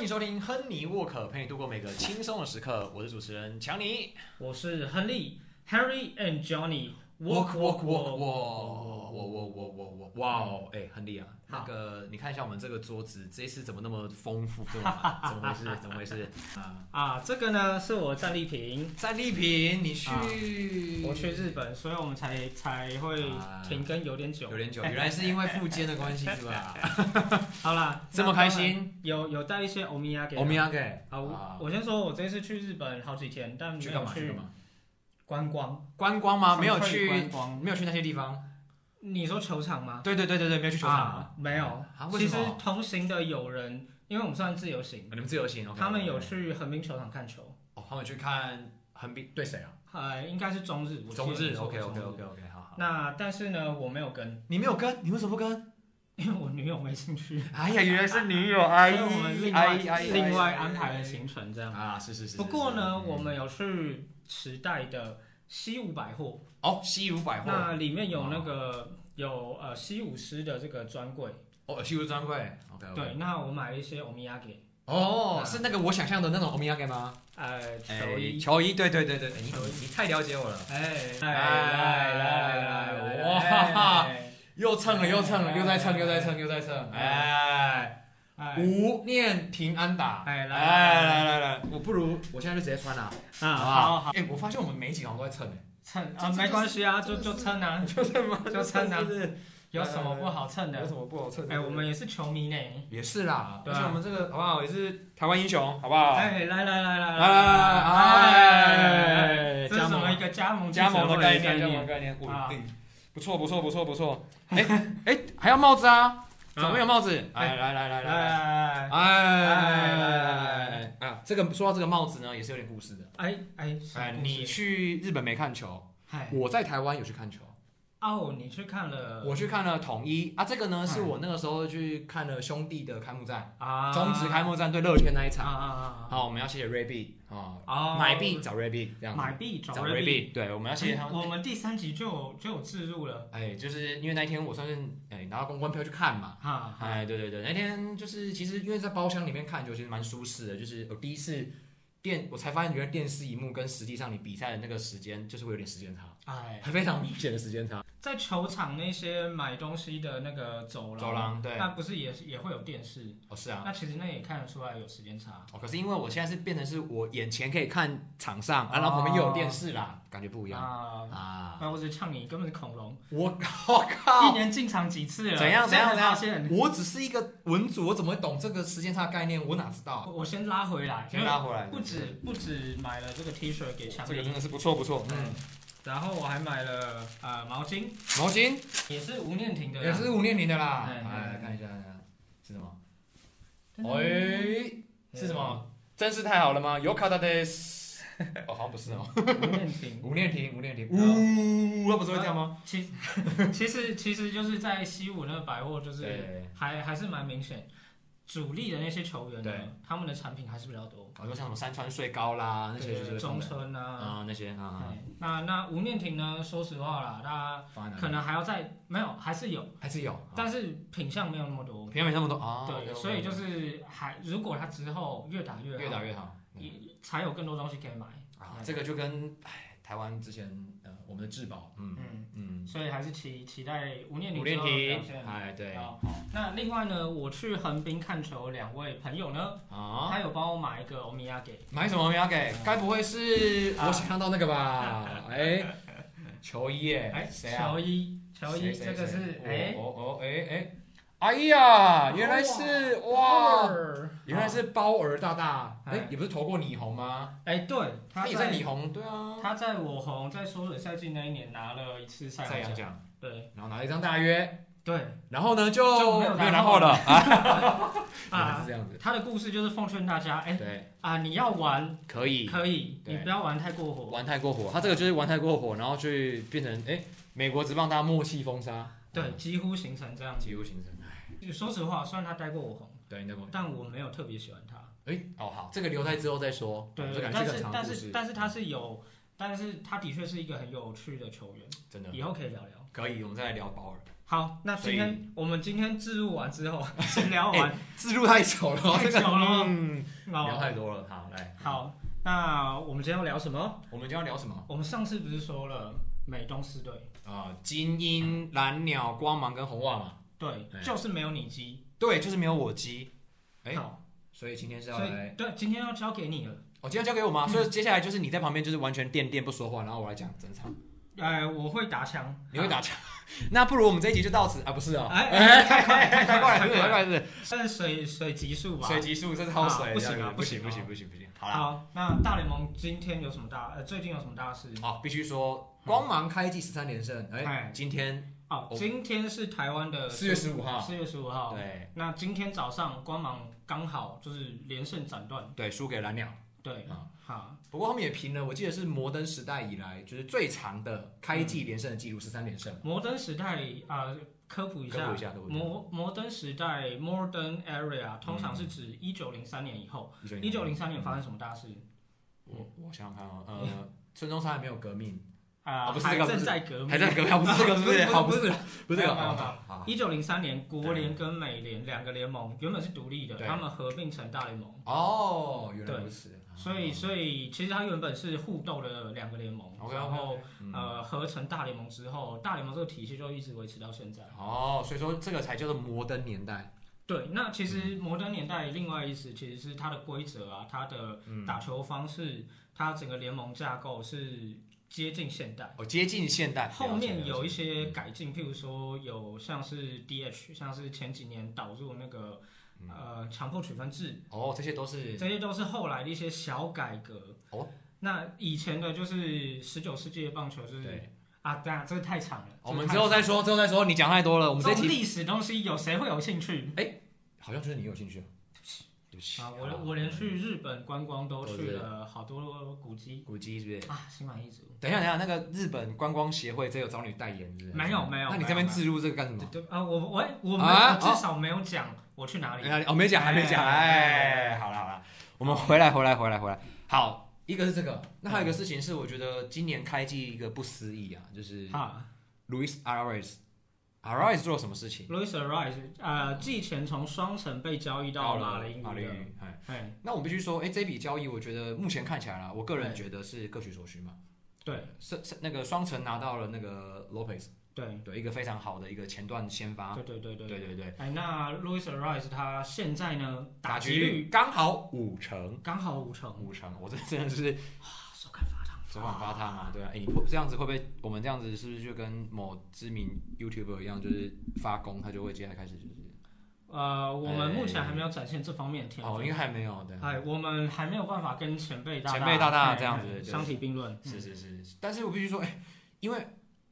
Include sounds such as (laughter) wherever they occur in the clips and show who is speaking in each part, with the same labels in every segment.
Speaker 1: 迎收听亨尼沃克，陪你度过每个轻松的时刻。我是主持人强尼。
Speaker 2: 我是亨利，Harry and Johnny。
Speaker 1: 我我我我我我哇哦！哎，亨利啊，那
Speaker 2: 好
Speaker 1: 个你看一下我们这个桌子，这一次怎么那么丰富？这么满怎么回事？怎么回事？啊，
Speaker 2: 啊，这个呢是我战利品。
Speaker 1: 战利品，你去，
Speaker 2: 我去日本，所以我们才才会停更有点久。
Speaker 1: 啊有点久，原来是因为附件的关系是吧？
Speaker 2: 好啦，
Speaker 1: 这么开心，
Speaker 2: 有有带一些欧米亚给。
Speaker 1: 欧米。茄，
Speaker 2: 好，
Speaker 1: 啊
Speaker 2: 我我先说，我这次去日本好几天，但没
Speaker 1: 去干
Speaker 2: 有
Speaker 1: 嘛？去干嘛？
Speaker 2: 观光。
Speaker 1: 观光吗？没有
Speaker 2: 观
Speaker 1: 去，嗯
Speaker 2: 光。
Speaker 1: 没有去那些地方。
Speaker 2: 你说球场吗？
Speaker 1: 对对对对对，没有去球场吗。
Speaker 2: 啊，没有
Speaker 1: 啊。为
Speaker 2: 其
Speaker 1: 什
Speaker 2: 实
Speaker 1: 么
Speaker 2: 同行的友人，因为我们算自由行，
Speaker 1: 你们自由行，OK，
Speaker 2: 他们有
Speaker 1: OK
Speaker 2: 去横滨球场看球，
Speaker 1: 哦，他们去看横滨对谁啊？
Speaker 2: 呃，应该是中日。我记得
Speaker 1: 中日
Speaker 2: 没错
Speaker 1: ，OK
Speaker 2: 中
Speaker 1: OK
Speaker 2: 日
Speaker 1: OK OK，好好。
Speaker 2: 那但是呢，我没有跟，
Speaker 1: 你没有跟，你为什么不跟？
Speaker 2: 因为我女友没兴趣，
Speaker 1: 哎呀，原来是女友，哎
Speaker 2: 所以我们另外、另外安排了行程这样。
Speaker 1: 啊，是是是。嗯
Speaker 2: 不过呢，我们有去池袋的西武百货，
Speaker 1: 哦，西武百货，
Speaker 2: 那里面有那个有呃西武师的这个专柜，
Speaker 1: 哦，西武专柜，OK OK。
Speaker 2: 对，那我买了一些欧米亚给，
Speaker 1: 哦，是那个我想象的那种欧米茄吗？
Speaker 2: 呃球
Speaker 1: 哎，
Speaker 2: 衣，
Speaker 1: 球衣，对对对对，哎你
Speaker 2: 球衣
Speaker 1: 你太了解我了，
Speaker 2: 哎来来来来来，
Speaker 1: 哇
Speaker 2: 哎
Speaker 1: 又蹭了又蹭了，又在蹭又在蹭又在蹭，哎。
Speaker 2: 哎
Speaker 1: 无念平安打，
Speaker 2: 哎来
Speaker 1: 来
Speaker 2: 来
Speaker 1: 来来来，我不如我现在就直接穿啦，
Speaker 2: 啊
Speaker 1: 不好
Speaker 2: 好好
Speaker 1: 哎，我发现我们每一集好像都在蹭，
Speaker 2: 蹭
Speaker 1: 这
Speaker 2: 啊
Speaker 1: 这
Speaker 2: 没关系啊，就就蹭
Speaker 1: (laughs)
Speaker 2: 啊，
Speaker 1: 就蹭吗
Speaker 2: 就蹭啊
Speaker 1: 是不是
Speaker 2: 有什么不好蹭
Speaker 1: 有
Speaker 2: 的？
Speaker 1: 什么不好蹭的？
Speaker 2: 哎，我们也是球迷呢。
Speaker 1: 也是啦，而
Speaker 2: 对啊
Speaker 1: 且我们这个好不好，也是台湾英雄，好不好？
Speaker 2: 哎，来来来来
Speaker 1: 来
Speaker 2: 来
Speaker 1: 来来，
Speaker 2: 来，
Speaker 1: 哎
Speaker 2: 这是
Speaker 1: 加
Speaker 2: 什么一
Speaker 1: 盟
Speaker 2: 个加盟
Speaker 1: 加盟的概念，
Speaker 2: 念？
Speaker 1: 加盟的概念，稳
Speaker 2: 啊
Speaker 1: 定，不错不错不错不错，哎哎，还要帽子啊？怎么没有帽子？来
Speaker 2: 哎
Speaker 1: 来来来
Speaker 2: 来
Speaker 1: 来。
Speaker 2: 来来，
Speaker 1: 哎啊！这个说到这个帽子呢，也是有点故事的。
Speaker 2: 哎哎
Speaker 1: 哎，你去日本没看球，
Speaker 2: 哎
Speaker 1: 我在台湾有去看球，
Speaker 2: 哦，你去看了
Speaker 1: 我去看了统一啊，这个呢
Speaker 2: 哎
Speaker 1: 是我那个时候去看了兄弟的开幕战，
Speaker 2: 啊
Speaker 1: 中职开幕战对乐天那一
Speaker 2: 啊
Speaker 1: 场。
Speaker 2: 啊啊
Speaker 1: 好，我们要谢谢 Ray B 啊，
Speaker 2: 哦
Speaker 1: 买币找 Ray B 这样子，
Speaker 2: 买币
Speaker 1: 找
Speaker 2: 瑞
Speaker 1: Ray B 对，我们要谢谢他
Speaker 2: 我
Speaker 1: 们。
Speaker 2: 们第三集就有就有置入了
Speaker 1: 哎，就是因为那一天我算是哎拿到公关票去看嘛，
Speaker 2: 哈，哈
Speaker 1: 哎，对对对，那天就是其实因为在包厢里面看球，其实蛮舒适的，就是我第一次电我才发现原来电视荧幕跟实际上你比赛的那个时间就是会有点时间差，
Speaker 2: 哎，
Speaker 1: 非常明显的时间差。
Speaker 2: 在球场那些买东西的那个走廊，啊
Speaker 1: 走廊对，
Speaker 2: 那不是也是也会有电视？
Speaker 1: 哦是啊，
Speaker 2: 那其实那也看得出来有时间差。
Speaker 1: 哦，可是因为我现在是变成是我眼前可以看场上，啊，然后旁边又有电视啦，感觉不一样
Speaker 2: 哦啊，
Speaker 1: 啊！
Speaker 2: 那我只呛你，根本是恐龙，
Speaker 1: 我 (laughs) 我
Speaker 2: 一
Speaker 1: 靠，
Speaker 2: 年进场几次了？
Speaker 1: 哦怎样怎样
Speaker 2: 现在才发现，
Speaker 1: 我只是一个文组，我怎么会懂这个时间差的概念？我哪知道？嗯
Speaker 2: 我我先拉回来，
Speaker 1: 先拉回来，
Speaker 2: 不止不止买了这个 T 恤给强
Speaker 1: 这个
Speaker 2: 力，
Speaker 1: 真的是不错不错，嗯
Speaker 2: 嗯，，然后我还买了呃毛巾，
Speaker 1: 毛巾
Speaker 2: 也是吴念婷的啦，
Speaker 1: 啊也是五年龄的啦，
Speaker 2: 哎哎
Speaker 1: 哎
Speaker 2: 哎，
Speaker 1: 看一下看一下是什么？
Speaker 2: 噔噔
Speaker 1: 哎，是什 (laughs) 么？真是太好了吗？有卡达的， (laughs) 哦，好像不是哦，嗯
Speaker 2: 吴念婷，
Speaker 1: 吴念婷，吴念婷，呜，他不是会这样吗？ (laughs)
Speaker 2: 其其实其实就是在西武那个百货，就是
Speaker 1: 对，
Speaker 2: 还还是蛮明显，主力的那些球员
Speaker 1: 对
Speaker 2: 呢，他们的产品还是比较多，
Speaker 1: 我说像什么山川穗高啦，那些就是
Speaker 2: 中村啊。
Speaker 1: 啊那些啊，
Speaker 2: 哎那那吴念婷呢？说实话啦，她
Speaker 1: 放在哪里
Speaker 2: 可能还要再没有，还是有，
Speaker 1: 还是有，啊
Speaker 2: 但是品相没有那么多。
Speaker 1: 平常没那么多啊，
Speaker 2: 对，
Speaker 1: OK，OK，
Speaker 2: 所以就是还如果他之后越打越好
Speaker 1: 越打越好
Speaker 2: 也才有更多东西可以买。
Speaker 1: 啊，这个就跟哎台湾之前呃我们的至宝，嗯
Speaker 2: 嗯，
Speaker 1: 嗯，
Speaker 2: 所以还是期期待吴念
Speaker 1: 吴
Speaker 2: 婷
Speaker 1: 念
Speaker 2: 之后的表
Speaker 1: 婷，
Speaker 2: 现。
Speaker 1: 哎对
Speaker 2: 好，那另外呢，我去横滨看球，两位朋友呢，
Speaker 1: 啊，
Speaker 2: 他有帮我买一个欧米亚给，
Speaker 1: 买什么没要给？该不会是
Speaker 2: 啊
Speaker 1: 我想象到那个
Speaker 2: (laughs)
Speaker 1: 吧？哎，球衣
Speaker 2: 哎，
Speaker 1: 耶，谁啊？
Speaker 2: 球衣，球衣，
Speaker 1: 谁谁
Speaker 2: 这个是
Speaker 1: 谁
Speaker 2: 哎，
Speaker 1: 哦哦哦哎哎，哎呀，原来是哇，，原来，是包儿大大，哎
Speaker 2: 啊哎
Speaker 1: 也不是投过你红吗？
Speaker 2: 哎，对，
Speaker 1: 他
Speaker 2: 他
Speaker 1: 也在你红，对啊，
Speaker 2: 他在我红在缩水赛季那一年拿了一次赛
Speaker 1: 赛扬
Speaker 2: 扬奖，
Speaker 1: 奖。
Speaker 2: 对
Speaker 1: 然后拿了一张大约，
Speaker 2: 对
Speaker 1: 然后呢就
Speaker 2: 就没有
Speaker 1: 没有
Speaker 2: 然
Speaker 1: 后
Speaker 2: 后
Speaker 1: 了啊，原来
Speaker 2: (laughs) 啊
Speaker 1: 是，这样子，
Speaker 2: 他的故事就是奉劝大家，哎
Speaker 1: 对，
Speaker 2: 啊，你要玩
Speaker 1: 可以
Speaker 2: 可以，
Speaker 1: 对
Speaker 2: 你不要玩太过火，
Speaker 1: 玩太过火，他这个就是玩太过火，然后去变成哎，美国职棒大家默契封杀，
Speaker 2: 对，，几乎形成这样子。
Speaker 1: 几乎形成，
Speaker 2: 说实话，虽然他带过我红，
Speaker 1: 对，你在跟我，
Speaker 2: 但我没有特别喜欢他。
Speaker 1: 哎，哦好，这个留在之后再说，
Speaker 2: 对，
Speaker 1: 这感觉
Speaker 2: 但
Speaker 1: 个很
Speaker 2: 是
Speaker 1: 长的
Speaker 2: 但
Speaker 1: 故
Speaker 2: 是
Speaker 1: 事，
Speaker 2: 但是他是有，但是他的确是一个很有趣的球员，
Speaker 1: 真的
Speaker 2: 以后可以聊聊。
Speaker 1: 可以，我们再来聊保尔，
Speaker 2: 好，那今天我们今天自入完之后，闲聊完，
Speaker 1: 字路太丑了，
Speaker 2: 太
Speaker 1: 这个
Speaker 2: 丑了
Speaker 1: 嗯，聊
Speaker 2: 好
Speaker 1: 太多了。好，来，
Speaker 2: 好，那我们今天要聊什么？
Speaker 1: 我们今天要聊什么？
Speaker 2: 我们上次不是说了美东四队？
Speaker 1: 啊，精英、蓝鸟、光芒跟红袜嘛。
Speaker 2: 对，
Speaker 1: 对
Speaker 2: 就是没有你鸡。
Speaker 1: 对，就是没有我鸡，哎
Speaker 2: 好，
Speaker 1: 所以今天是要
Speaker 2: 所
Speaker 1: 来
Speaker 2: 以对，今天要交给你了。
Speaker 1: 我、今天交给我吗？所以接下来就是你在旁边，就是完全垫垫不说话，然后我来讲整场，
Speaker 2: 哎，我会打枪，
Speaker 1: 你会打架。 (laughs) 那不如我们这一集就到此啊，不是啊、哦？
Speaker 2: 哎
Speaker 1: 哎，
Speaker 2: 哎
Speaker 1: 太快
Speaker 2: 哎
Speaker 1: 太 (laughs) 快了，
Speaker 2: 太快了
Speaker 1: 太快了！
Speaker 2: (laughs) 好，算是水水级数吧。
Speaker 1: 水级数，这是好水，
Speaker 2: 啊不行啊
Speaker 1: 不行不
Speaker 2: 不行
Speaker 1: 行
Speaker 2: 啊
Speaker 1: 不行不行，好啦，
Speaker 2: 好，那大联盟今天有什么大？呃，最近有什么大事？
Speaker 1: 好，必须说光芒开季十三连胜，哎
Speaker 2: 哎，
Speaker 1: 今天
Speaker 2: 哦，
Speaker 1: 我
Speaker 2: 今天是台湾的
Speaker 1: 四月十五号，
Speaker 2: 四月十五号。
Speaker 1: 对
Speaker 2: 那今天早上光芒刚好就是连胜斩断，
Speaker 1: 对，输给蓝鸟，
Speaker 2: 对，
Speaker 1: 啊
Speaker 2: 好，
Speaker 1: 不过他们也平了，我记得是摩登时代以来就是最长的开季连胜的记录，十三连胜，
Speaker 2: 摩登时代啊、呃科普一
Speaker 1: 科
Speaker 2: 下
Speaker 1: 嗯普一，下，对不对？
Speaker 2: 摩摩登时代 （Modern Era） 通常是
Speaker 1: 嗯
Speaker 2: 指一九零三年以后。一九
Speaker 1: 1903
Speaker 2: 零三年发生什么大事？
Speaker 1: 我我想想看啊、呃，孙中山还没有革命，
Speaker 2: 啊、
Speaker 1: 啊不是这
Speaker 2: 还
Speaker 1: 个不
Speaker 2: 正
Speaker 1: 是
Speaker 2: 在革
Speaker 1: 还
Speaker 2: 命。
Speaker 1: 在革命，啊不是这 (laughs) 个，不是，好，不是，不是这个，
Speaker 2: 没有没
Speaker 1: 好
Speaker 2: 有
Speaker 1: 好好。
Speaker 2: 一九零三年，国联跟美联两个联盟原本是独立的，
Speaker 1: 对
Speaker 2: 他们合并成大联盟。
Speaker 1: 哦，原来如此。
Speaker 2: 所以，所以其实它原本是互斗的两个联盟
Speaker 1: OK，OK，OK
Speaker 2: 然后
Speaker 1: 嗯
Speaker 2: 呃合成大联盟之后，大联盟这个体系就一直维持到现在。
Speaker 1: 哦，所以说这个才叫做摩登年代。
Speaker 2: 对，那其
Speaker 1: 嗯
Speaker 2: 实摩登年代另外意思其实是它的规则啊，它的
Speaker 1: 嗯，
Speaker 2: 打球方式，它整个联盟架构是接近现代。
Speaker 1: 哦，接近现代。
Speaker 2: 后面有
Speaker 1: 了
Speaker 2: 一
Speaker 1: 解
Speaker 2: 些
Speaker 1: 了解
Speaker 2: 改进，譬如说有像是 DH，像是前几年导入那个
Speaker 1: 嗯
Speaker 2: 呃强迫取分制，
Speaker 1: 哦，这些都是
Speaker 2: 这些都是后来的一些小改革。
Speaker 1: 哦，
Speaker 2: 那以前的就是十九世纪的棒球就是
Speaker 1: 对。哦
Speaker 2: 啊，对啊，这太长了。
Speaker 1: 我们
Speaker 2: 这
Speaker 1: 之
Speaker 2: 太
Speaker 1: 后再
Speaker 2: 长
Speaker 1: 说，之后再说。你讲太多了，我们
Speaker 2: 了这
Speaker 1: 这一
Speaker 2: 种
Speaker 1: 期
Speaker 2: 历史东西有谁会有兴趣？
Speaker 1: 好像就是你有兴趣哦。对不起
Speaker 2: 啊，
Speaker 1: 好
Speaker 2: 我我连去日本观光都
Speaker 1: 嗯都
Speaker 2: 去
Speaker 1: 是
Speaker 2: 了好多古迹
Speaker 1: 古迹是不是？
Speaker 2: 啊，心满意足。
Speaker 1: 等一下，等一下，那个日本观光协会这有找你代言是不是？
Speaker 2: 没有没有
Speaker 1: 那你这边
Speaker 2: 没有
Speaker 1: 置入这个干什么
Speaker 2: 对？对啊，我我我没
Speaker 1: 嗯啊
Speaker 2: 我至少没有讲我去哪里。
Speaker 1: 哎，哦，没讲，还没讲，
Speaker 2: 哎
Speaker 1: 哎，好了好了，我们回来回来回来回来，好，一个是这个，那还有一个事情是，我觉得今年开季一个不思议啊，就是
Speaker 2: 啊，
Speaker 1: Luis Alvarez，Alvarez 做了什么事情？
Speaker 2: Louis Rice，呃，季前从双城被交易到马林鱼
Speaker 1: 马林
Speaker 2: 的，
Speaker 1: 鱼，哎，
Speaker 2: 哎，
Speaker 1: 那我们必须说，哎，这笔交易我觉得目前看起来啦，我个人
Speaker 2: 对
Speaker 1: 觉得是各取所需嘛，
Speaker 2: 对
Speaker 1: 是是那个双城拿到了那个 Lopez，
Speaker 2: 对
Speaker 1: 对，一个非常好的一个前段先发，
Speaker 2: 对对对
Speaker 1: 对
Speaker 2: 对。
Speaker 1: 对对，
Speaker 2: 哎，那 Louis Rice 他现在呢，打
Speaker 1: 击
Speaker 2: 击率
Speaker 1: 刚好五成，
Speaker 2: 刚好五成，
Speaker 1: 五成，我这真的是。
Speaker 2: 啊手感发烫，
Speaker 1: 手感发烫啊，对啊，哎、你会这样子会不会？我们这样子是不是就跟某知名 YouTuber 一样，就是发功，他就会接下来开始就是？
Speaker 2: 呃，我们
Speaker 1: 哎
Speaker 2: 目前还没有展现这方面的天
Speaker 1: 哦，
Speaker 2: 赋，
Speaker 1: 应该还没有，对，
Speaker 2: 哎，我们还没有办法跟前辈大
Speaker 1: 前辈大大
Speaker 2: 哎
Speaker 1: 这样子
Speaker 2: 哎
Speaker 1: 对
Speaker 2: 相提并论，
Speaker 1: 是是是。但是我必须说，哎、因为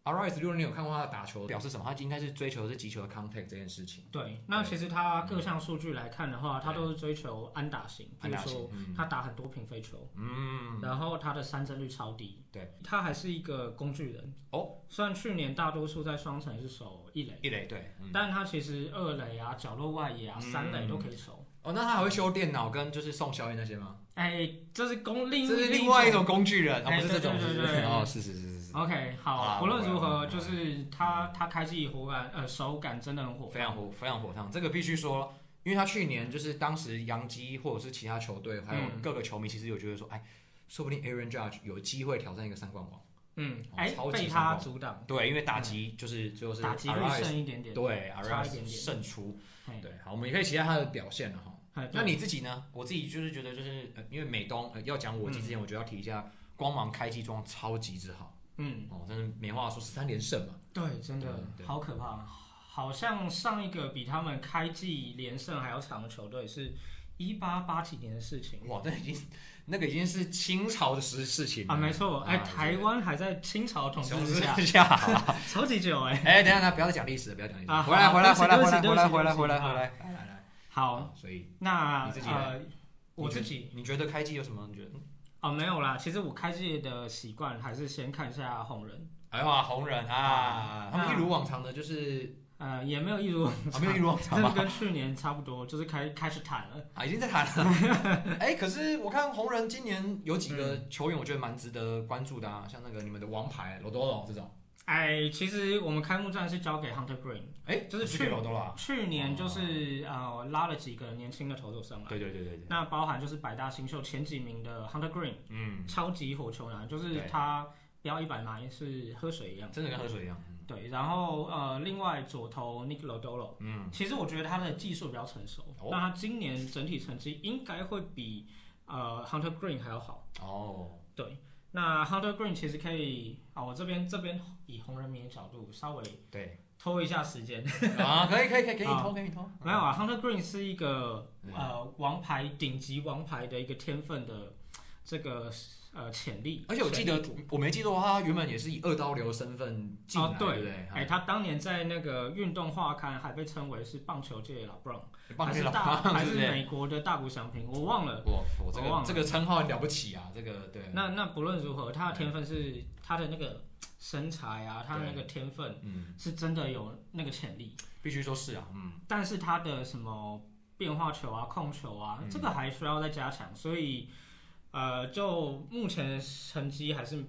Speaker 1: Arise 六六你有看过他的打球，表示什么？他应该是追求的是击球的 contact 这件事情，
Speaker 2: 对，那其实他各项数据来看的话，他都是追求安打型，比
Speaker 1: 安
Speaker 2: 如
Speaker 1: 打
Speaker 2: 说
Speaker 1: 型，嗯
Speaker 2: 他打很多平飞球，
Speaker 1: 嗯，
Speaker 2: 然后他的三振率超低，
Speaker 1: 对，
Speaker 2: 他还是一个工具人
Speaker 1: 哦。
Speaker 2: 虽然去年大多数在双城是守一垒，
Speaker 1: 一垒对，嗯。
Speaker 2: 但他其实二垒啊、角落外野啊、
Speaker 1: 嗯
Speaker 2: 三垒都可以守。
Speaker 1: 哦，那他还会修电脑跟就是送宵夜那些吗？
Speaker 2: 哎，这是公另
Speaker 1: 这是另外一。种工具人，啊，
Speaker 2: 哎
Speaker 1: 不是这种，
Speaker 2: 对对
Speaker 1: 是不是
Speaker 2: 对对
Speaker 1: 哦，是是是是是，
Speaker 2: OK，
Speaker 1: 啊
Speaker 2: 好，不论如
Speaker 1: 我
Speaker 2: 何，
Speaker 1: 我
Speaker 2: 就是他他开季活感呃手感真的很火，
Speaker 1: 非常火，非常火烫。这个必须说，因为他去年就是当时洋基或者是其他球队，还有
Speaker 2: 嗯
Speaker 1: 各个球迷，其实有觉得说，哎，说不定 Aaron Judge 有机会挑战一个三冠王。
Speaker 2: 嗯
Speaker 1: 哦，
Speaker 2: 哎
Speaker 1: 超级
Speaker 2: 被
Speaker 1: 成
Speaker 2: 他
Speaker 1: 功
Speaker 2: 阻挡，
Speaker 1: 对，因为打击就是最后是
Speaker 2: 嗯打击率
Speaker 1: Arias-
Speaker 2: 剩一点点。
Speaker 1: 对 a r
Speaker 2: 差
Speaker 1: i
Speaker 2: 一
Speaker 1: s
Speaker 2: 点点
Speaker 1: 胜出。
Speaker 2: 嘿
Speaker 1: 对，好，我们也可以期待他的表现了哈。
Speaker 2: 哎
Speaker 1: 那
Speaker 2: 对
Speaker 1: 你自己呢？我自己就是觉得，就是呃，因为美东呃要讲我季之前，我就要提一下光芒开季装超级之好
Speaker 2: 嗯，
Speaker 1: 哦，真的没话说，十三连胜嘛。
Speaker 2: 对，真的
Speaker 1: 对对
Speaker 2: 好可怕。啊好像上一个比他们开季连胜还要长的球队是一八八几年的事情。
Speaker 1: 哇，那已经那个已经是清朝的事事情了
Speaker 2: 啊，没错，哎、
Speaker 1: 啊
Speaker 2: 台湾还在清朝统治
Speaker 1: 统
Speaker 2: 之
Speaker 1: 治
Speaker 2: 下，
Speaker 1: 之下。
Speaker 2: 超级久哎、
Speaker 1: 哎，等一下，等一下，不要再讲历史了，不要讲历史。
Speaker 2: 啊
Speaker 1: 回来，
Speaker 2: 好
Speaker 1: 回来，
Speaker 2: 对不起
Speaker 1: 回来，回来，
Speaker 2: 对不起
Speaker 1: 回来，回
Speaker 2: 对不
Speaker 1: 来，回来，
Speaker 2: 起对不起
Speaker 1: 回来，来来来。
Speaker 2: 好，，
Speaker 1: 所以
Speaker 2: 那
Speaker 1: 嗯你自己来
Speaker 2: 呃，我自己
Speaker 1: 你觉得开机有什么？你觉得？
Speaker 2: 哦，没有啦。其实我开季的习惯还是先看一下红人，
Speaker 1: 哎呀，红人啊，
Speaker 2: 啊
Speaker 1: 他们一如往常的，就是
Speaker 2: 呃，也没有一如往
Speaker 1: 啊，
Speaker 2: 常
Speaker 1: 没有一如往常
Speaker 2: 这个
Speaker 1: 吧？
Speaker 2: 跟去年差不多，就是开开始谈了。
Speaker 1: 啊，已经在谈了。
Speaker 2: (laughs)
Speaker 1: 哎，可是我看红
Speaker 2: 嗯
Speaker 1: 人今年有几个球员，我觉得蛮值得关注的啊，像那个你们的王牌罗多罗这种，
Speaker 2: 哎，其实我们开幕战是交给 Hunter Green，
Speaker 1: 哎，
Speaker 2: 就是
Speaker 1: 去给
Speaker 2: 去
Speaker 1: 罗多了。
Speaker 2: 去年就是、呃拉了几个年轻的投手上来，
Speaker 1: 对对对哦对对，
Speaker 2: 那包含就是百大新秀前几名的 Hunter Green，
Speaker 1: 嗯，
Speaker 2: 超级火球男，就是
Speaker 1: 对
Speaker 2: 他飙一百迈是喝水一样。
Speaker 1: 真的跟喝水一样。嗯
Speaker 2: 对，然后呃，另外左投 Nick Lodolo，
Speaker 1: 嗯，
Speaker 2: 其实我觉得他的技术比较成熟，
Speaker 1: 哦
Speaker 2: 那他今年整体成绩应该会比呃 Hunter Green 还要好。
Speaker 1: 哦，
Speaker 2: 对，那 Hunter Green 其实可以啊，我这边这边以红人迷的角度稍微 (laughs)
Speaker 1: 对
Speaker 2: 拖一下时
Speaker 1: (laughs)
Speaker 2: 间，
Speaker 1: 啊，可以可以可以，给你
Speaker 2: 啊
Speaker 1: 偷，给你偷。
Speaker 2: 没有啊，Hunter Green 是一个
Speaker 1: 嗯
Speaker 2: 呃王牌顶级王牌的一个天分的这个呃潜力，
Speaker 1: 而且我记得
Speaker 2: 潜力股，
Speaker 1: 我没记错的话，他原本也是以二刀流身份进来，
Speaker 2: 哦
Speaker 1: 对啊
Speaker 2: 对
Speaker 1: 不对？
Speaker 2: 哎，他当年在那个运动画刊还被称为是棒球界的老 Brown，
Speaker 1: 棒
Speaker 2: 还
Speaker 1: 球
Speaker 2: 是
Speaker 1: 老
Speaker 2: 大
Speaker 1: 棒 (laughs)
Speaker 2: 还
Speaker 1: 是
Speaker 2: 是
Speaker 1: 不是？
Speaker 2: 美国的大谷翔平，我忘了。
Speaker 1: 我我这
Speaker 2: 我
Speaker 1: 个
Speaker 2: 忘了
Speaker 1: 这个称号很了不起啊，这个对。嗯
Speaker 2: 那那不论如何，他的天分是他的那个身材啊，他的那个天分
Speaker 1: 嗯，
Speaker 2: 是真的有那个潜力，
Speaker 1: 必须说是啊，嗯，
Speaker 2: 但是他的什么变化球啊、控球啊，
Speaker 1: 嗯
Speaker 2: 这个还需要再加强，所以呃，就目前的成绩还是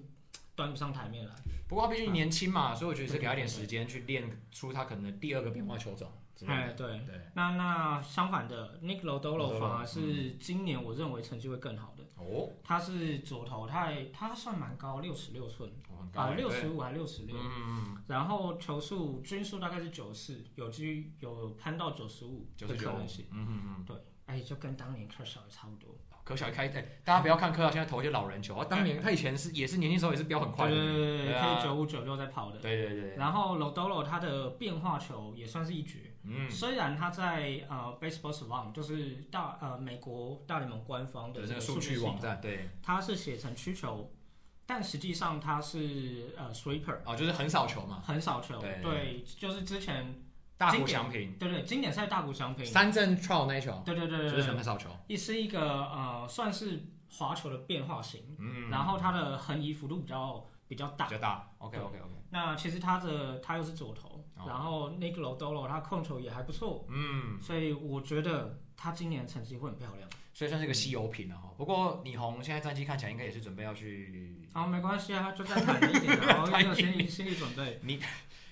Speaker 2: 端不上台面来。
Speaker 1: 不过他毕竟年轻
Speaker 2: 嗯
Speaker 1: 嘛，所以我觉得是给他点时间去练出他可能的第二个变化球种之类
Speaker 2: 哎，
Speaker 1: 的。
Speaker 2: 对。
Speaker 1: 对，
Speaker 2: 那那相反的，Nick
Speaker 1: Lodolo，嗯
Speaker 2: Lodolo 反而是今年我认为成绩会更好的。
Speaker 1: 哦，
Speaker 2: 他是左投，他还他算蛮高，六十六寸
Speaker 1: 我很高
Speaker 2: 啊，
Speaker 1: 哎
Speaker 2: 六，
Speaker 1: 对
Speaker 2: 十五还六十六，
Speaker 1: 嗯，
Speaker 2: 然后球速均速大概是九四，有机有攀到九十五
Speaker 1: 九
Speaker 2: 的
Speaker 1: 十
Speaker 2: 可
Speaker 1: 九，
Speaker 2: 能
Speaker 1: 嗯
Speaker 2: 性。
Speaker 1: 嗯
Speaker 2: 对，哎，就跟当年 Kershaw 也差不多。
Speaker 1: 嗯，柯小一开，哎，大家不要看柯小现在投一些老人球，啊，当年他以前是也是年轻时候也是飙很快
Speaker 2: 对
Speaker 1: 的，
Speaker 2: 对对对
Speaker 1: 对
Speaker 2: 对，
Speaker 1: 啊
Speaker 2: 可以九五九六在跑的。
Speaker 1: 对对对，
Speaker 2: 然后 Lodolo 他的变化球也算是一绝，
Speaker 1: 嗯，
Speaker 2: 虽然他在呃 Baseball Savant 就是大呃美国大联盟官方的
Speaker 1: 对
Speaker 2: 这
Speaker 1: 那个
Speaker 2: 个数
Speaker 1: 数
Speaker 2: 据
Speaker 1: 据
Speaker 2: 系
Speaker 1: 网
Speaker 2: 统，
Speaker 1: 站，对，
Speaker 2: 它是写成曲球，但实际上它是呃 sweeper，
Speaker 1: 哦，就是很少球嘛，
Speaker 2: 很少球。
Speaker 1: 对
Speaker 2: 就是之前
Speaker 1: 大谷翔平
Speaker 2: 对对经典赛大谷翔平，
Speaker 1: 三振 trial 那一球，
Speaker 2: 对对对
Speaker 1: 就是
Speaker 2: 对对，
Speaker 1: 很少球，
Speaker 2: 也是一个呃算是滑球的变化型，
Speaker 1: 嗯，
Speaker 2: 然后它的横移幅度比较比较大
Speaker 1: 比。较大，OK OK OK，
Speaker 2: 那其实他的他又是左投，
Speaker 1: 哦
Speaker 2: 然后 Nick Lodolo 他控球也还不错，
Speaker 1: 嗯，
Speaker 2: 所以我觉得他今年成绩会很漂亮。
Speaker 1: 所以算是个稀有品了哈。不过李红现在战绩看起来应该也是准备要去，
Speaker 2: 好，没关系啊，就再坦一
Speaker 1: (laughs)
Speaker 2: 点，然后要有心理心理准备。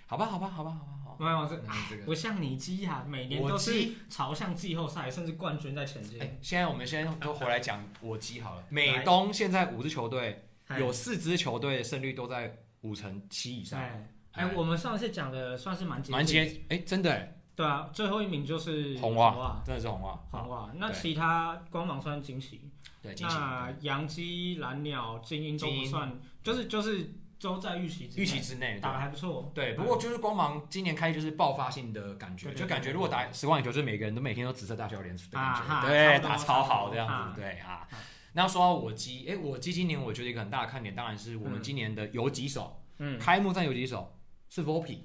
Speaker 1: 好吧好吧好吧好吧好吧，
Speaker 2: 没有这
Speaker 1: 嗯这个。
Speaker 2: 不像你基亚，每年都
Speaker 1: 我
Speaker 2: 是朝向季后赛甚至冠军在前进。
Speaker 1: 哎，现在我们先都回来讲我鸡好了。美东现在五支球队，
Speaker 2: 哎
Speaker 1: 有四支球队的胜率都在五成七以上，
Speaker 2: 哎哎，我们上次讲的算是蛮接近
Speaker 1: 蛮接哎，真的哎，
Speaker 2: 对啊，最后一名就是
Speaker 1: 红袜
Speaker 2: 袜，
Speaker 1: 真的是红袜，
Speaker 2: 红袜。那
Speaker 1: 对
Speaker 2: 其他光芒算惊奇，
Speaker 1: 对，惊喜，
Speaker 2: 那洋基、蓝鸟、精英都
Speaker 1: 精
Speaker 2: 不
Speaker 1: 英
Speaker 2: 算，就是就是都在预期之内
Speaker 1: 预期之内，对
Speaker 2: 打的还不错。
Speaker 1: 对，不过就是光芒今年开就是爆发性的感觉，
Speaker 2: 对对
Speaker 1: 就感觉如果打十万以球，就是每个人都每天都紫色大笑脸的感
Speaker 2: 啊哈
Speaker 1: 觉，对，
Speaker 2: 差不多
Speaker 1: 打超好这样
Speaker 2: 差不
Speaker 1: 子，
Speaker 2: 多
Speaker 1: 对啊
Speaker 2: 啊。
Speaker 1: 那说到我鸡，哎，我鸡今年我觉得一个很大的看点，当然是我们
Speaker 2: 嗯
Speaker 1: 今年的游击手，
Speaker 2: 嗯，
Speaker 1: 开幕战游击手是 Vopi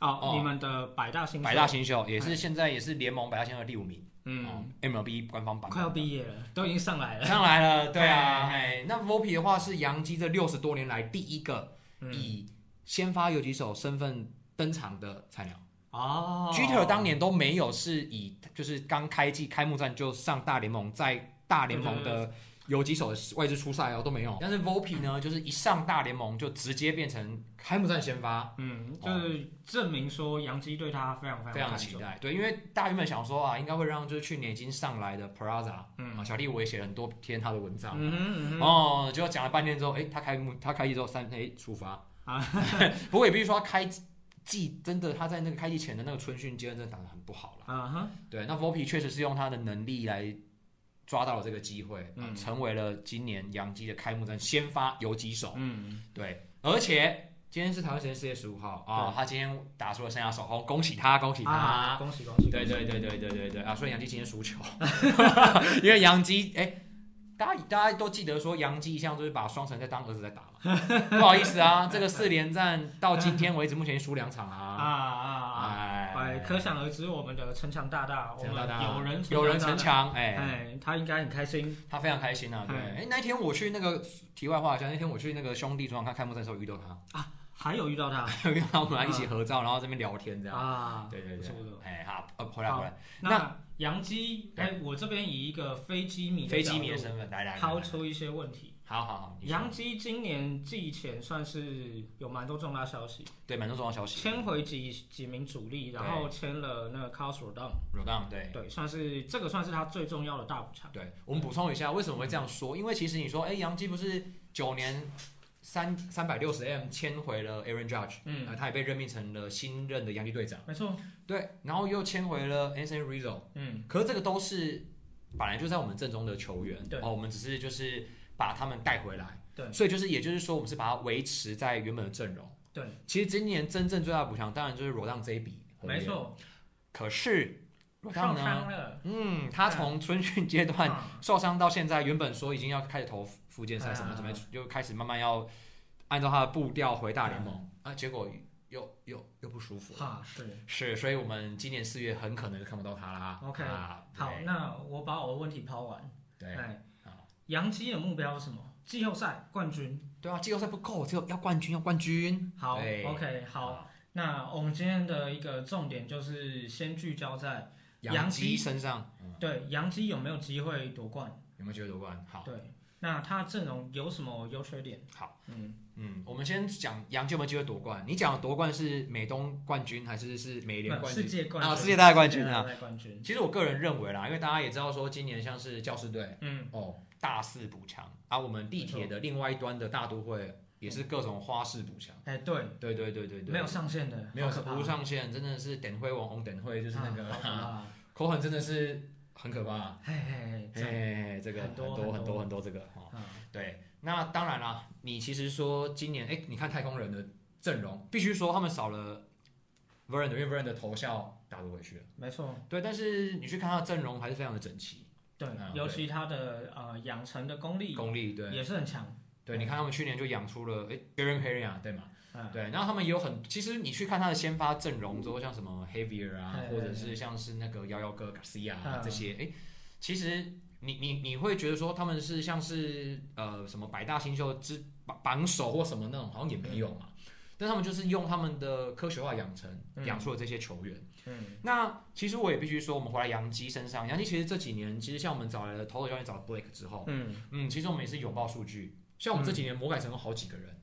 Speaker 2: 哦
Speaker 1: 哦，
Speaker 2: 你们的百大新秀
Speaker 1: 百大，新秀，也是现在也是联盟百大新秀的第五名，哦
Speaker 2: 哎嗯，
Speaker 1: ，MLB 官方榜
Speaker 2: 快要毕业了，都已经上来了。
Speaker 1: 上来了，对啊，
Speaker 2: 哎
Speaker 1: 哎，那 Vopi 的话是洋基这六十多年来第一个
Speaker 2: 嗯，
Speaker 1: 以先发游击手身份登场的菜鸟。
Speaker 2: 哦
Speaker 1: Jeter 当年都没有是以就是刚开季开幕战就上大联盟，在大联盟
Speaker 2: 嗯
Speaker 1: 的游击手的位置出赛哦都没有。但是 Volpe 呢，就是一上大联盟就直接变成开幕战先发，
Speaker 2: 嗯，就是证明说洋基对他非常非
Speaker 1: 哦非常
Speaker 2: 常看
Speaker 1: 期
Speaker 2: 重。
Speaker 1: 待。对，因为大家原本想说啊，应该会让就是去年已经上来的 Praza，
Speaker 2: 嗯
Speaker 1: 啊，小弟我也写了很多篇他的文章。
Speaker 2: 嗯哼嗯哼，
Speaker 1: 哦，结果讲了半天之后，哎、他开幕，他开季之后三天出发
Speaker 2: 啊。
Speaker 1: (laughs) 不过也必须说，他开季真的他在那个开季前的那个春训阶段真的打得很不好啦。
Speaker 2: 啊哈，
Speaker 1: 对，那 Volpe 确实是用他的能力来抓到了这个机会，
Speaker 2: 嗯
Speaker 1: 嗯、成为了今年洋基的开幕战先发游击手。
Speaker 2: 嗯，
Speaker 1: 对，而且今天是台湾时间四月十五号啊，他今天打出了生涯首轰，恭喜他，恭喜他。
Speaker 2: 啊，恭喜恭喜！
Speaker 1: 对对对对对对对啊！所以洋基今天输球， (laughs) 因为洋基哎、大家大家都记得说洋基一向都是把双城在当儿子在打
Speaker 2: (laughs)
Speaker 1: 嘛，不好意思啊，这个四连战到今天为止，目前输两场
Speaker 2: 啊
Speaker 1: 啊，
Speaker 2: 啊啊！哎，
Speaker 1: 哎，
Speaker 2: 可想而知，我们的城墙大大，我
Speaker 1: 陈大
Speaker 2: 们
Speaker 1: 大
Speaker 2: 有人
Speaker 1: 有人城
Speaker 2: 大大，
Speaker 1: 墙，哎、
Speaker 2: 哎，他应该很开心。
Speaker 1: 他非常开心啊，对。
Speaker 2: 嗯
Speaker 1: 哎、那一天我去那个题外话一下，那天我去那个兄弟主场看开幕战的时候遇到他， (laughs)
Speaker 2: 还有遇到他
Speaker 1: 遇到他我们还一起合照，然后这边聊天这样。
Speaker 2: 啊，
Speaker 1: 对对
Speaker 2: 不错
Speaker 1: 对
Speaker 2: 不错。，
Speaker 1: 哎、好，呃，回来
Speaker 2: 好
Speaker 1: 回来，
Speaker 2: 那洋基，
Speaker 1: 对
Speaker 2: 哎，我这边以一个飞机迷的
Speaker 1: 飞机
Speaker 2: 角
Speaker 1: 迷的
Speaker 2: 度
Speaker 1: 身份来来来，
Speaker 2: 抛
Speaker 1: 来
Speaker 2: 出一些问题。
Speaker 1: 好好好，你说
Speaker 2: 杨基今年季前算是有蛮多重大消息，
Speaker 1: 对蛮多重要消息
Speaker 2: 签回几几名主力，然后签了那个 c a s r d o w
Speaker 1: r o d o n 对。
Speaker 2: n 对，算是这个算是他最重要的大补强。
Speaker 1: 对，我们补充一下，为什么会这样说？因为其实你说，哎，杨基不是九年三三百六十 M 签回了 Aaron Judge，
Speaker 2: 嗯
Speaker 1: 呃，他也被任命成了新任的洋基队长，
Speaker 2: 没错，
Speaker 1: 对，然后又签回了 Anthony Rizzo，
Speaker 2: 嗯，
Speaker 1: 可是这个都是本来就在我们阵中的球员，
Speaker 2: 对
Speaker 1: 哦，我们只是就是把他们带回来，
Speaker 2: 对
Speaker 1: 所以就是也就是说，我们是把它维持在原本的阵容，
Speaker 2: 对，
Speaker 1: 其实今年真正最大的补强当然就是 r o d o n 这一笔，
Speaker 2: 没，错，
Speaker 1: 可是 r o d o
Speaker 2: 受
Speaker 1: n 呢？
Speaker 2: 伤了，
Speaker 1: 嗯，他从春训阶段
Speaker 2: 啊
Speaker 1: 受伤到现在，原本说已经要开始投复健赛什么，
Speaker 2: 嗯
Speaker 1: 准备就开始慢慢要按照他的步调回大联盟啊，结果又又又不舒服。
Speaker 2: 哈是。
Speaker 1: 是，所以我们今年四月很可能就看不到他啦。
Speaker 2: OK，
Speaker 1: 啊
Speaker 2: 好，那我把我的问题抛完，
Speaker 1: 对啊对
Speaker 2: 哎
Speaker 1: 好，
Speaker 2: 杨基的目标是什么？季后赛冠军。
Speaker 1: 对啊，季后赛不够，只有要冠军，要冠军。啊
Speaker 2: 好
Speaker 1: 对
Speaker 2: ，OK，好，，那我们今天的一个重点就是先聚焦在
Speaker 1: 杨
Speaker 2: 杨
Speaker 1: 基
Speaker 2: 基
Speaker 1: 身上、嗯、
Speaker 2: 对杨基有没有机会夺冠？
Speaker 1: 有没有机会夺冠？好，
Speaker 2: 对，那他阵容有什么优缺点？
Speaker 1: 好，
Speaker 2: 嗯，
Speaker 1: 嗯，我们先讲杨基有没有机会夺冠。你讲的夺冠是美东冠军还是是美联
Speaker 2: 不
Speaker 1: 冠
Speaker 2: 嗯世
Speaker 1: 军？
Speaker 2: 界冠军
Speaker 1: 啊，世界大赛冠军啊
Speaker 2: 世。界冠军，
Speaker 1: 其实我个人认为啦，因为大家也知道说，今年像是教士队
Speaker 2: 嗯，
Speaker 1: 哦大肆补强，啊，我们地铁的另外一端的大都会也是各种花式补强。
Speaker 2: 哎，对，
Speaker 1: 对对对对对，
Speaker 2: 没有上限的，
Speaker 1: 没有
Speaker 2: 好可怕
Speaker 1: 无，上限，真的是等会网红等会，就是那个、
Speaker 2: 啊好可怕，
Speaker 1: 口痕真的是很可怕。
Speaker 2: 嘿嘿嘿这样，
Speaker 1: 哎，这个
Speaker 2: 很多
Speaker 1: 很
Speaker 2: 很
Speaker 1: 多
Speaker 2: 多
Speaker 1: 很多这个哦，
Speaker 2: 啊
Speaker 1: 对，那当然啦，你其实说今年，哎，你看太空人的阵容，必须说他们少了 Verlander，因为 Verlander 投效打不回去了，
Speaker 2: 没错，
Speaker 1: 对，但是你去看他的阵容还是非常的整齐，
Speaker 2: 对
Speaker 1: 嗯，
Speaker 2: 尤其他的呃养成的功力
Speaker 1: 功力对，
Speaker 2: 也是很强，
Speaker 1: 对，你看他们去年就养出了诶 j e r e m Perry 啊，对嘛？
Speaker 2: 嗯，
Speaker 1: 对，然后他们也有很，其实你去看他的先发阵容之后，像什么 Heavier 啊，
Speaker 2: 对
Speaker 1: 或
Speaker 2: 对
Speaker 1: 者是像是那个幺幺哥 Garcia 啊
Speaker 2: 哎嗯
Speaker 1: 这些，诶，其实你你你会觉得说他们是像是呃什么百大新秀之榜榜首或什么那种，好像也没有嘛。但他们就是用他们的科学化养成，
Speaker 2: 嗯
Speaker 1: 养出了这些球员。
Speaker 2: 嗯，
Speaker 1: 那其实我也必须说，我们回来杨基身上，杨基其实这几年，其实像我们找来了投手教练找了 Blake 之后，
Speaker 2: 嗯，
Speaker 1: 嗯，其实我们也是拥抱数据，像我们这几年魔改成功好几个人，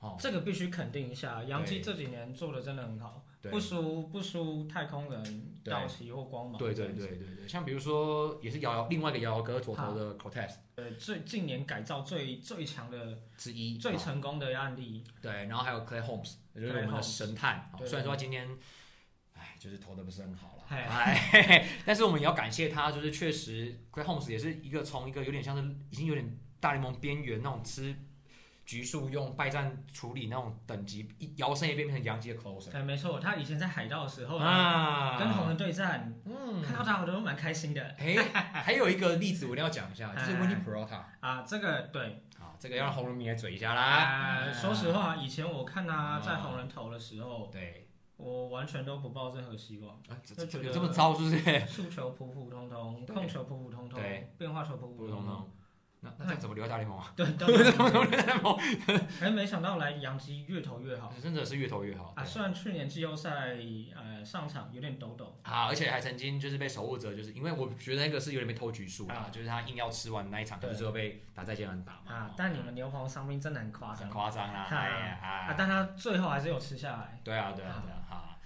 Speaker 1: 哦，
Speaker 2: 这个必须肯定一下，杨基
Speaker 1: 对
Speaker 2: 这几年做的真的很好。
Speaker 1: 对
Speaker 2: 不，输不输太空人、
Speaker 1: 对
Speaker 2: 道奇或光芒。
Speaker 1: 对对对对对，像比如说也是瑶瑶另外一个瑶瑶哥左投的 Cortez
Speaker 2: 呃，最近年改造最最强的、
Speaker 1: 之一，
Speaker 2: 最
Speaker 1: 哦
Speaker 2: 成功的案例，
Speaker 1: 对，然后还有 Clay Holmes，就是我们的
Speaker 2: Holmes
Speaker 1: 神探，哦
Speaker 2: 对
Speaker 1: 虽然说他今天。哎，就是投的不是很好了，
Speaker 2: 嘿
Speaker 1: 哎， (laughs) 嘿嘿但是我们也要感谢他，就是确实，Clay Holmes 也是一个从一个有点像是已经有点大联盟边缘那种吃局数用败战处理那种等级，一摇身一变变成洋基的 closer
Speaker 2: 哎，没错，他以前在海盗的时候呢，
Speaker 1: 啊，
Speaker 2: 哦跟红人对战，
Speaker 1: 嗯，
Speaker 2: 看到他我都蛮开心的
Speaker 1: 哎，还有一个例子我一定要讲一下，就是
Speaker 2: 哎
Speaker 1: Winnie Peralta
Speaker 2: 啊。这个对
Speaker 1: 啊，这个要让红人迷来嘴一下
Speaker 2: 啊，
Speaker 1: 啦。
Speaker 2: 说实，话，以前我看
Speaker 1: 啊
Speaker 2: 他在红人投的时候，
Speaker 1: 对，
Speaker 2: 我完全都不抱任何希望，
Speaker 1: 啊，这
Speaker 2: 就觉
Speaker 1: 这
Speaker 2: 得
Speaker 1: 有这么糟是不 (laughs) 是？
Speaker 2: 速球普普通通，
Speaker 1: 对
Speaker 2: 控球普普通通
Speaker 1: 对，
Speaker 2: 变化球普
Speaker 1: 普
Speaker 2: 普
Speaker 1: 普
Speaker 2: 通
Speaker 1: 通
Speaker 2: 通，
Speaker 1: 通，那那这样怎么留在大联 (laughs) 盟啊？
Speaker 2: 对，都
Speaker 1: 怎么留 (laughs) 在大联盟？
Speaker 2: 哎，没想到来洋基越投越好。
Speaker 1: 真的是越投越好
Speaker 2: 啊，虽然去年季后赛呃上场有点抖抖，
Speaker 1: 啊！而且还曾经就是被守护者，就是因为我觉得那个是有点被偷局数啦
Speaker 2: 啊，
Speaker 1: 就是他硬要吃完那一场，
Speaker 2: 对
Speaker 1: 就是最后被打再见人打嘛。
Speaker 2: 啊
Speaker 1: 哦，
Speaker 2: 但你们牛棚伤病真的很夸
Speaker 1: 很
Speaker 2: 张
Speaker 1: 夸张啦！
Speaker 2: 啊
Speaker 1: 哎呀，
Speaker 2: 啊
Speaker 1: 哎！
Speaker 2: 但他最后还是有吃下来。
Speaker 1: 对啊，对啊，对啊，哈，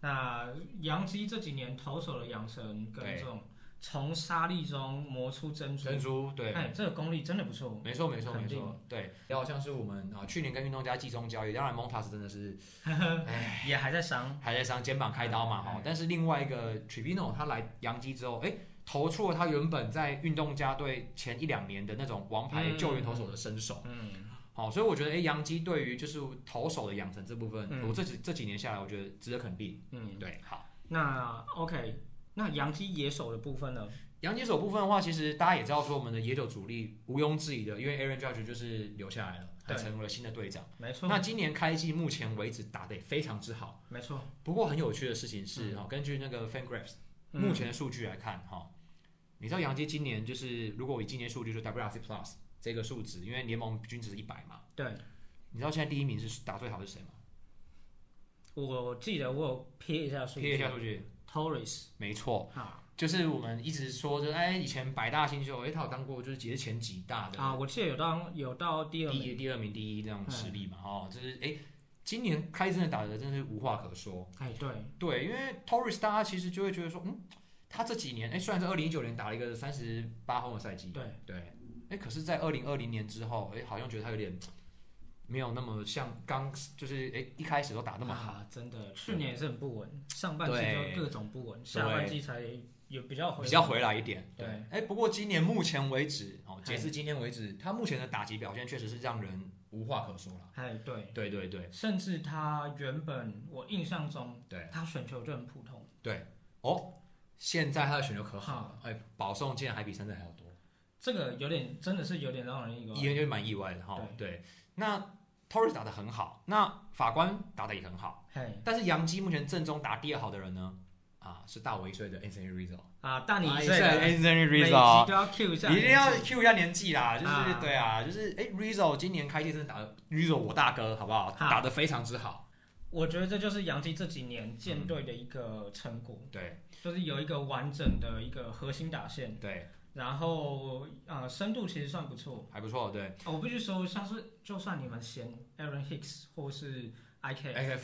Speaker 2: 那杨基这几年投手的养成跟
Speaker 1: 对
Speaker 2: 这种从沙粒中磨出珍珠，
Speaker 1: 珍珠对，
Speaker 2: 哎，这个功力真的不错。
Speaker 1: 没错，没错，
Speaker 2: 肯
Speaker 1: 没错
Speaker 2: 定，
Speaker 1: 对，然后像是我们啊，去年跟运动家集中交易，当然 Montas 真的 (laughs) 是，哎，
Speaker 2: 也还在伤，
Speaker 1: 还在伤肩膀开刀嘛，哈、
Speaker 2: 嗯
Speaker 1: 但是另外一个 Trevino 他来洋基之后，哎、投出了他原本在运动家队前一两年的那种王牌
Speaker 2: 嗯
Speaker 1: 救援投手的身手，
Speaker 2: 嗯，
Speaker 1: 好、所以我觉得，哎、洋基对于就是投手的养成这部分，
Speaker 2: 嗯
Speaker 1: 我这几这几年下来，我觉得值得肯定。
Speaker 2: 嗯，
Speaker 1: 对，好，
Speaker 2: 那 OK，那洋基野手的部分呢？
Speaker 1: 洋基手部分的话，其实大家也知道说，我们的野手主力毋庸置疑的，因为 Aaron Judge 就是留下来了，还
Speaker 2: 对
Speaker 1: 成为了新的队长。
Speaker 2: 没错，
Speaker 1: 那今年开季目前为止打得也非常之好。
Speaker 2: 没错，
Speaker 1: 不过很有趣的事情是，哈、根据那个 FanGraphs。
Speaker 2: 嗯
Speaker 1: 目前的数据来看，哈、你知道杨基今年就是如果以今年数据就是 WRC Plus 这个数值，因为联盟均值是一百嘛，
Speaker 2: 对，
Speaker 1: 你知道现在第一名是打最好是谁吗？
Speaker 2: 我记得我有瞥一下数
Speaker 1: 贴一
Speaker 2: 据
Speaker 1: 下数据，
Speaker 2: ，Torres
Speaker 1: 没错，
Speaker 2: 啊，
Speaker 1: 就是我们一直说，就是哎，以前百大新秀，哎，他有当过就是也是前几大的
Speaker 2: 啊，我记得有到有到第二
Speaker 1: 第
Speaker 2: 名，嗯
Speaker 1: 一、第二名、第一这样实力嘛，哦，就是哎，今年开真的打的真是无话可说。
Speaker 2: 哎，对，
Speaker 1: 对，因为 Torres 大家其实就会觉得说，嗯，他这几年，哎，虽然是二零一九年打了一个三十八轰的赛季，
Speaker 2: 对
Speaker 1: 对，哎，可是，在二零二零年之后，哎，好像觉得他有点没有那么像刚就是哎一开始都打那么好。
Speaker 2: 啊，真的，去年也是很不稳，上半季就各种不稳，下半季才有比较回
Speaker 1: 比较回来一点，
Speaker 2: 对
Speaker 1: 哎，不过今年目前为止，哦，截
Speaker 2: 嘿
Speaker 1: 至今天为止，他目前的打击表现确实是让人无话可说了。
Speaker 2: 哎，对，
Speaker 1: 对对对
Speaker 2: 甚至他原本我印象中
Speaker 1: 对，
Speaker 2: 他选球就很普通，
Speaker 1: 哦，现在他的选球可好了，哎，保送竟然还比三振还要多，
Speaker 2: 这个有点真的是有点让人意外，
Speaker 1: 也也蛮意外的哈、对，那 Torres 打得很好，那法官打得也很好，
Speaker 2: 嘿
Speaker 1: 但是杨基目前正中打第二好的人呢，啊，是大我一岁的 Anthony Rizzo，
Speaker 2: 啊，大你
Speaker 1: 啊
Speaker 2: 一
Speaker 1: 也
Speaker 2: 岁
Speaker 1: 是
Speaker 2: 的，
Speaker 1: Anthony
Speaker 2: 每集
Speaker 1: Rizzo。
Speaker 2: 都要 Q 一下
Speaker 1: 一
Speaker 2: 年纪，
Speaker 1: 定要 Q 一下年纪啦，就是、
Speaker 2: 啊
Speaker 1: 对啊，就是哎，Rizzo 今年开季真的打得 Rizzo 我大哥好不好？
Speaker 2: 好
Speaker 1: 打得非常之好，
Speaker 2: 我觉得这就是杨基这几年舰队的一个成果，
Speaker 1: 对
Speaker 2: 就是有一个完整的一个核心打线，
Speaker 1: 对，
Speaker 2: 然后呃深度其实算不错。
Speaker 1: 还不错，对，
Speaker 2: 哦我必须说，像是就算你们嫌 Aaron Hicks 或是 IK，、
Speaker 1: 哎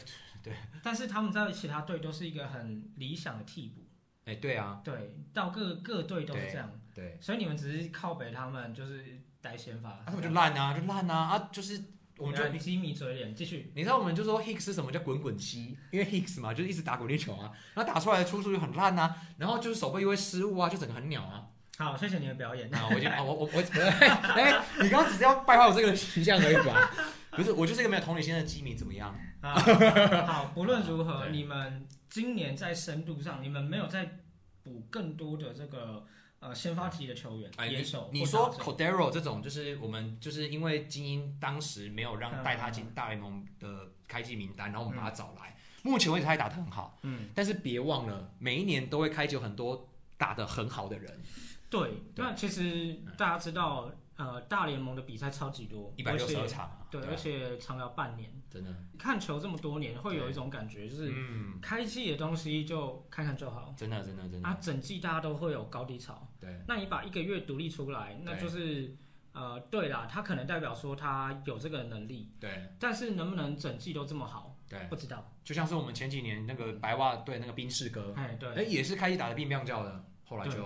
Speaker 2: 但是他们在其他队都是一个很理想的替补。
Speaker 1: 哎对啊，
Speaker 2: 对，到各各队都是这样，
Speaker 1: 对，
Speaker 2: 所以你们只是靠北他们就是带先发
Speaker 1: 啊，他们就烂啊，就烂啊啊，就是我们就
Speaker 2: 你基米嘴脸继续。
Speaker 1: 你知道我们就说 Hicks 是什么叫滚滚七，因为 Hicks 嘛，就是一直打滚地球啊，然后打出来的出速就很烂啊，然后就是手背又会失误啊，就整个很鸟 (laughs) 啊。
Speaker 2: 好，谢谢你的表演。
Speaker 1: 啊，我已经 (laughs) 啊，我我我，哎、你刚刚只是要败坏我这个形象而已吧？不是，我就是一个没有同理心的基民，怎么样？
Speaker 2: 啊， (laughs)
Speaker 1: (laughs)
Speaker 2: 好，不论如何，
Speaker 1: 对
Speaker 2: 你们今年在深度上，你们没有再补更多的这个呃先发级的球员，
Speaker 1: 哎
Speaker 2: 野手或
Speaker 1: 你说
Speaker 2: 打者
Speaker 1: Cordero 这种，就是我们就是因为精英当时没有让
Speaker 2: 嗯
Speaker 1: 带他进大联盟的开季名单，然后我们把他找来，目前为止他也打得很好，
Speaker 2: 嗯，
Speaker 1: 但是别忘了每一年都会开季有很多打得很好的人，
Speaker 2: 对，那其实大家知道，呃，大联盟的比赛超级多，
Speaker 1: 嗯一百六十
Speaker 2: 而
Speaker 1: 二
Speaker 2: 且
Speaker 1: 场啊，
Speaker 2: 对，
Speaker 1: 啊
Speaker 2: 而且长达半年，
Speaker 1: 真的，
Speaker 2: 看球这么多年，会有一种感觉，就是
Speaker 1: 嗯，
Speaker 2: 开季的东西就看看就好。
Speaker 1: 真的真的真的，
Speaker 2: 啊，整季大家都会有高低潮，
Speaker 1: 嗯对
Speaker 2: 那你把一个月独立出来，那
Speaker 1: 对
Speaker 2: 就是呃，对啦，他可能代表说他有这个能力，
Speaker 1: 对
Speaker 2: 但是能不能整季都这么好，
Speaker 1: 对，
Speaker 2: 不知道。
Speaker 1: 就像是我们前几年那个白袜队那个宾士哥，
Speaker 2: 哎，
Speaker 1: 哎
Speaker 2: 对，
Speaker 1: 也是开始打的乒乓叫的，后来就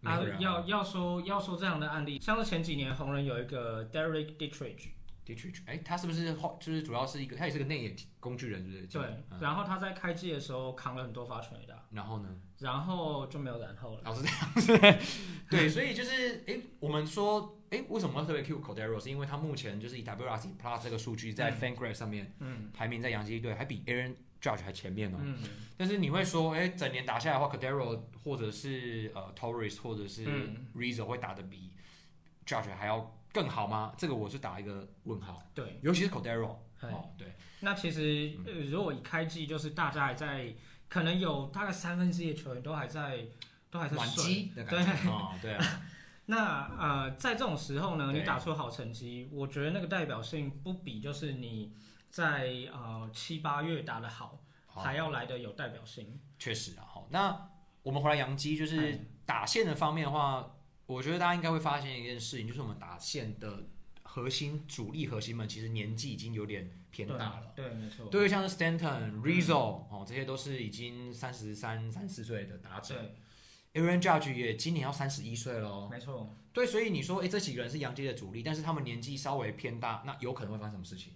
Speaker 1: 没
Speaker 2: 啊
Speaker 1: 有，人
Speaker 2: 要
Speaker 1: 了。
Speaker 2: 要说要说这样的案例，像是前几年红人有一个 Derek Dietrich，
Speaker 1: 的确，哎，他是不是后就是主要是一个，他也是个内野工具人，是不是？
Speaker 2: 对，
Speaker 1: 嗯
Speaker 2: 然后他在开季的时候扛了很多发全垒打，
Speaker 1: 然后呢？
Speaker 2: 然后就没有然后了。
Speaker 1: 老是这样子，对，所以就是，哎，我们说，哎，为什么要特别 Q Cordero？是因为他目前就是以 WRC Plus 这个数据在 FanGraph 上面
Speaker 2: 嗯
Speaker 1: 排名在洋基队，还比 Aaron Judge 还前面哦。
Speaker 2: 嗯，
Speaker 1: 但是你会说，哎、整年打下来的话，Cadero 或者是呃 Torres 或者是
Speaker 2: 嗯
Speaker 1: Rizzo 会打得比 Judge 还要更好吗？这个我是打一个问号，
Speaker 2: 对。
Speaker 1: 尤其是 Cadero
Speaker 2: 哎
Speaker 1: 哦，对
Speaker 2: 那其实
Speaker 1: 嗯
Speaker 2: 呃，如果一开季就是大家还在，可能有大概三分之一的球员都还在，都还在
Speaker 1: 暖
Speaker 2: 睡。
Speaker 1: 机的感觉哦，对 (laughs) 啊，
Speaker 2: 那呃，在这种时候呢，
Speaker 1: 对
Speaker 2: 你打出好成绩，我觉得那个代表性不比就是你在呃七八月打得好
Speaker 1: 好
Speaker 2: 还要来的有代表性。
Speaker 1: 确实啊，好，那我们回来洋基就是
Speaker 2: 嗯
Speaker 1: 打线的方面的话，我觉得大家应该会发现一件事情，就是我们打线的核心主力核心们其实年纪已经有点偏大了。
Speaker 2: 对，啊嗯没错。
Speaker 1: 对，像是 Stanton、Rizzo、哦，这些都是已经三十三、三四岁的打者。
Speaker 2: 对，
Speaker 1: Aaron Judge 也今年要三十一岁喽。
Speaker 2: 没错。
Speaker 1: 对，所以你说，哎，这几个人是洋基的主力，但是他们年纪稍微偏大，那有可能会发生什么事情？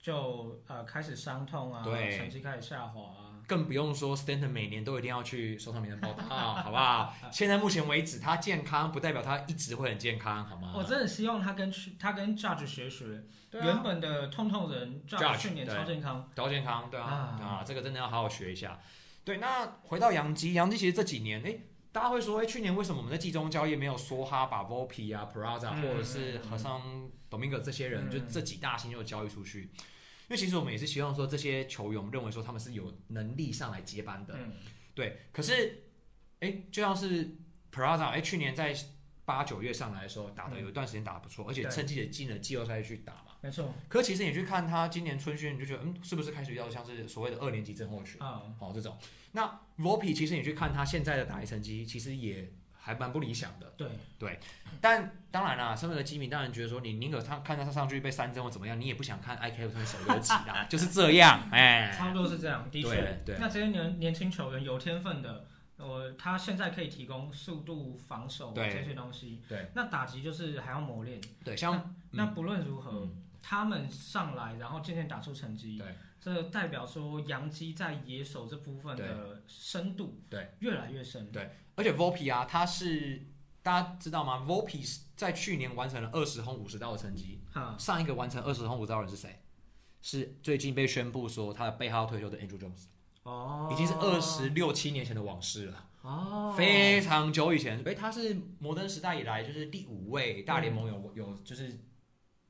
Speaker 2: 就呃开始伤痛啊，
Speaker 1: 对
Speaker 2: 成绩开始下滑啊。
Speaker 1: 更不用说 Stanton 每年都一定要去收藏名单报道，好不
Speaker 2: (laughs)
Speaker 1: 好？现在目前为止，他健康不代表他一直会很健康，好吗？
Speaker 2: 我真的希望他跟去他跟 Judge 学学，
Speaker 1: 啊对
Speaker 2: 原
Speaker 1: 啊，
Speaker 2: 本的痛痛人
Speaker 1: Judge，
Speaker 2: Judge 去年
Speaker 1: 对
Speaker 2: 超健康，
Speaker 1: 高健康，对啊，
Speaker 2: 啊
Speaker 1: 啊，这个真的要好好学一下。对，那回到洋基，洋基其实这几年，哎，大家会说，哎，去年为什么我们在季中交易没有梭哈、把 Volpe 啊、Praza
Speaker 2: 嗯
Speaker 1: 或者是和尚 Domingo 这些人，
Speaker 2: 嗯
Speaker 1: 就这几大新秀交易出去？因为其实我们也是希望说，这些球员我们认为说他们是有能力上来接班的，
Speaker 2: 嗯，
Speaker 1: 对。可是，哎，就像是 Praza，哎，去年在。八九月上来的时候打的有一段时间打得不错，而且
Speaker 2: 嗯对
Speaker 1: 趁机也进了季后赛去打嘛。
Speaker 2: 没错，
Speaker 1: 可其实你去看他今年春训，你就觉得嗯，是不是开始遇到像是所谓的二年级症候群？
Speaker 2: 嗯，
Speaker 1: 哦，这种。那 Ropi 其实你去看他现在的打击成绩，其实也还蛮不理想的。
Speaker 2: 对，
Speaker 1: 但当然啦，身为一个基民，当然觉得说你宁可他看他上去被三针或怎么样，你也不想看 IK 吞手游击啦， (laughs) 就是这样，哎、
Speaker 2: 差不多是这样，的确。
Speaker 1: 对对
Speaker 2: 那这些年年轻球员有天分的，我他现在可以提供速度、防守
Speaker 1: 对
Speaker 2: 这些东西。
Speaker 1: 对，
Speaker 2: 那打击就是还要磨练。
Speaker 1: 对，像
Speaker 2: 那不论如何，
Speaker 1: 嗯
Speaker 2: 他们上来然后渐渐打出成绩，
Speaker 1: 对，
Speaker 2: 这代表说杨基在野手这部分的深度
Speaker 1: 对
Speaker 2: 越来越深。
Speaker 1: 对而且 Ropi 啊，他是大家知道吗？Ropi 在去年完成了二十轰五十道的成绩，
Speaker 2: 哈，
Speaker 1: 上一个完成二十轰五十道的人是谁？是最近被宣布说他的背号退休的 Andrew Jones，
Speaker 2: 哦，
Speaker 1: 已经是二十六七年前的往事了。
Speaker 2: 哦，
Speaker 1: 非常久以前，哎，他是摩登时代以来就是第五位大联盟有有就是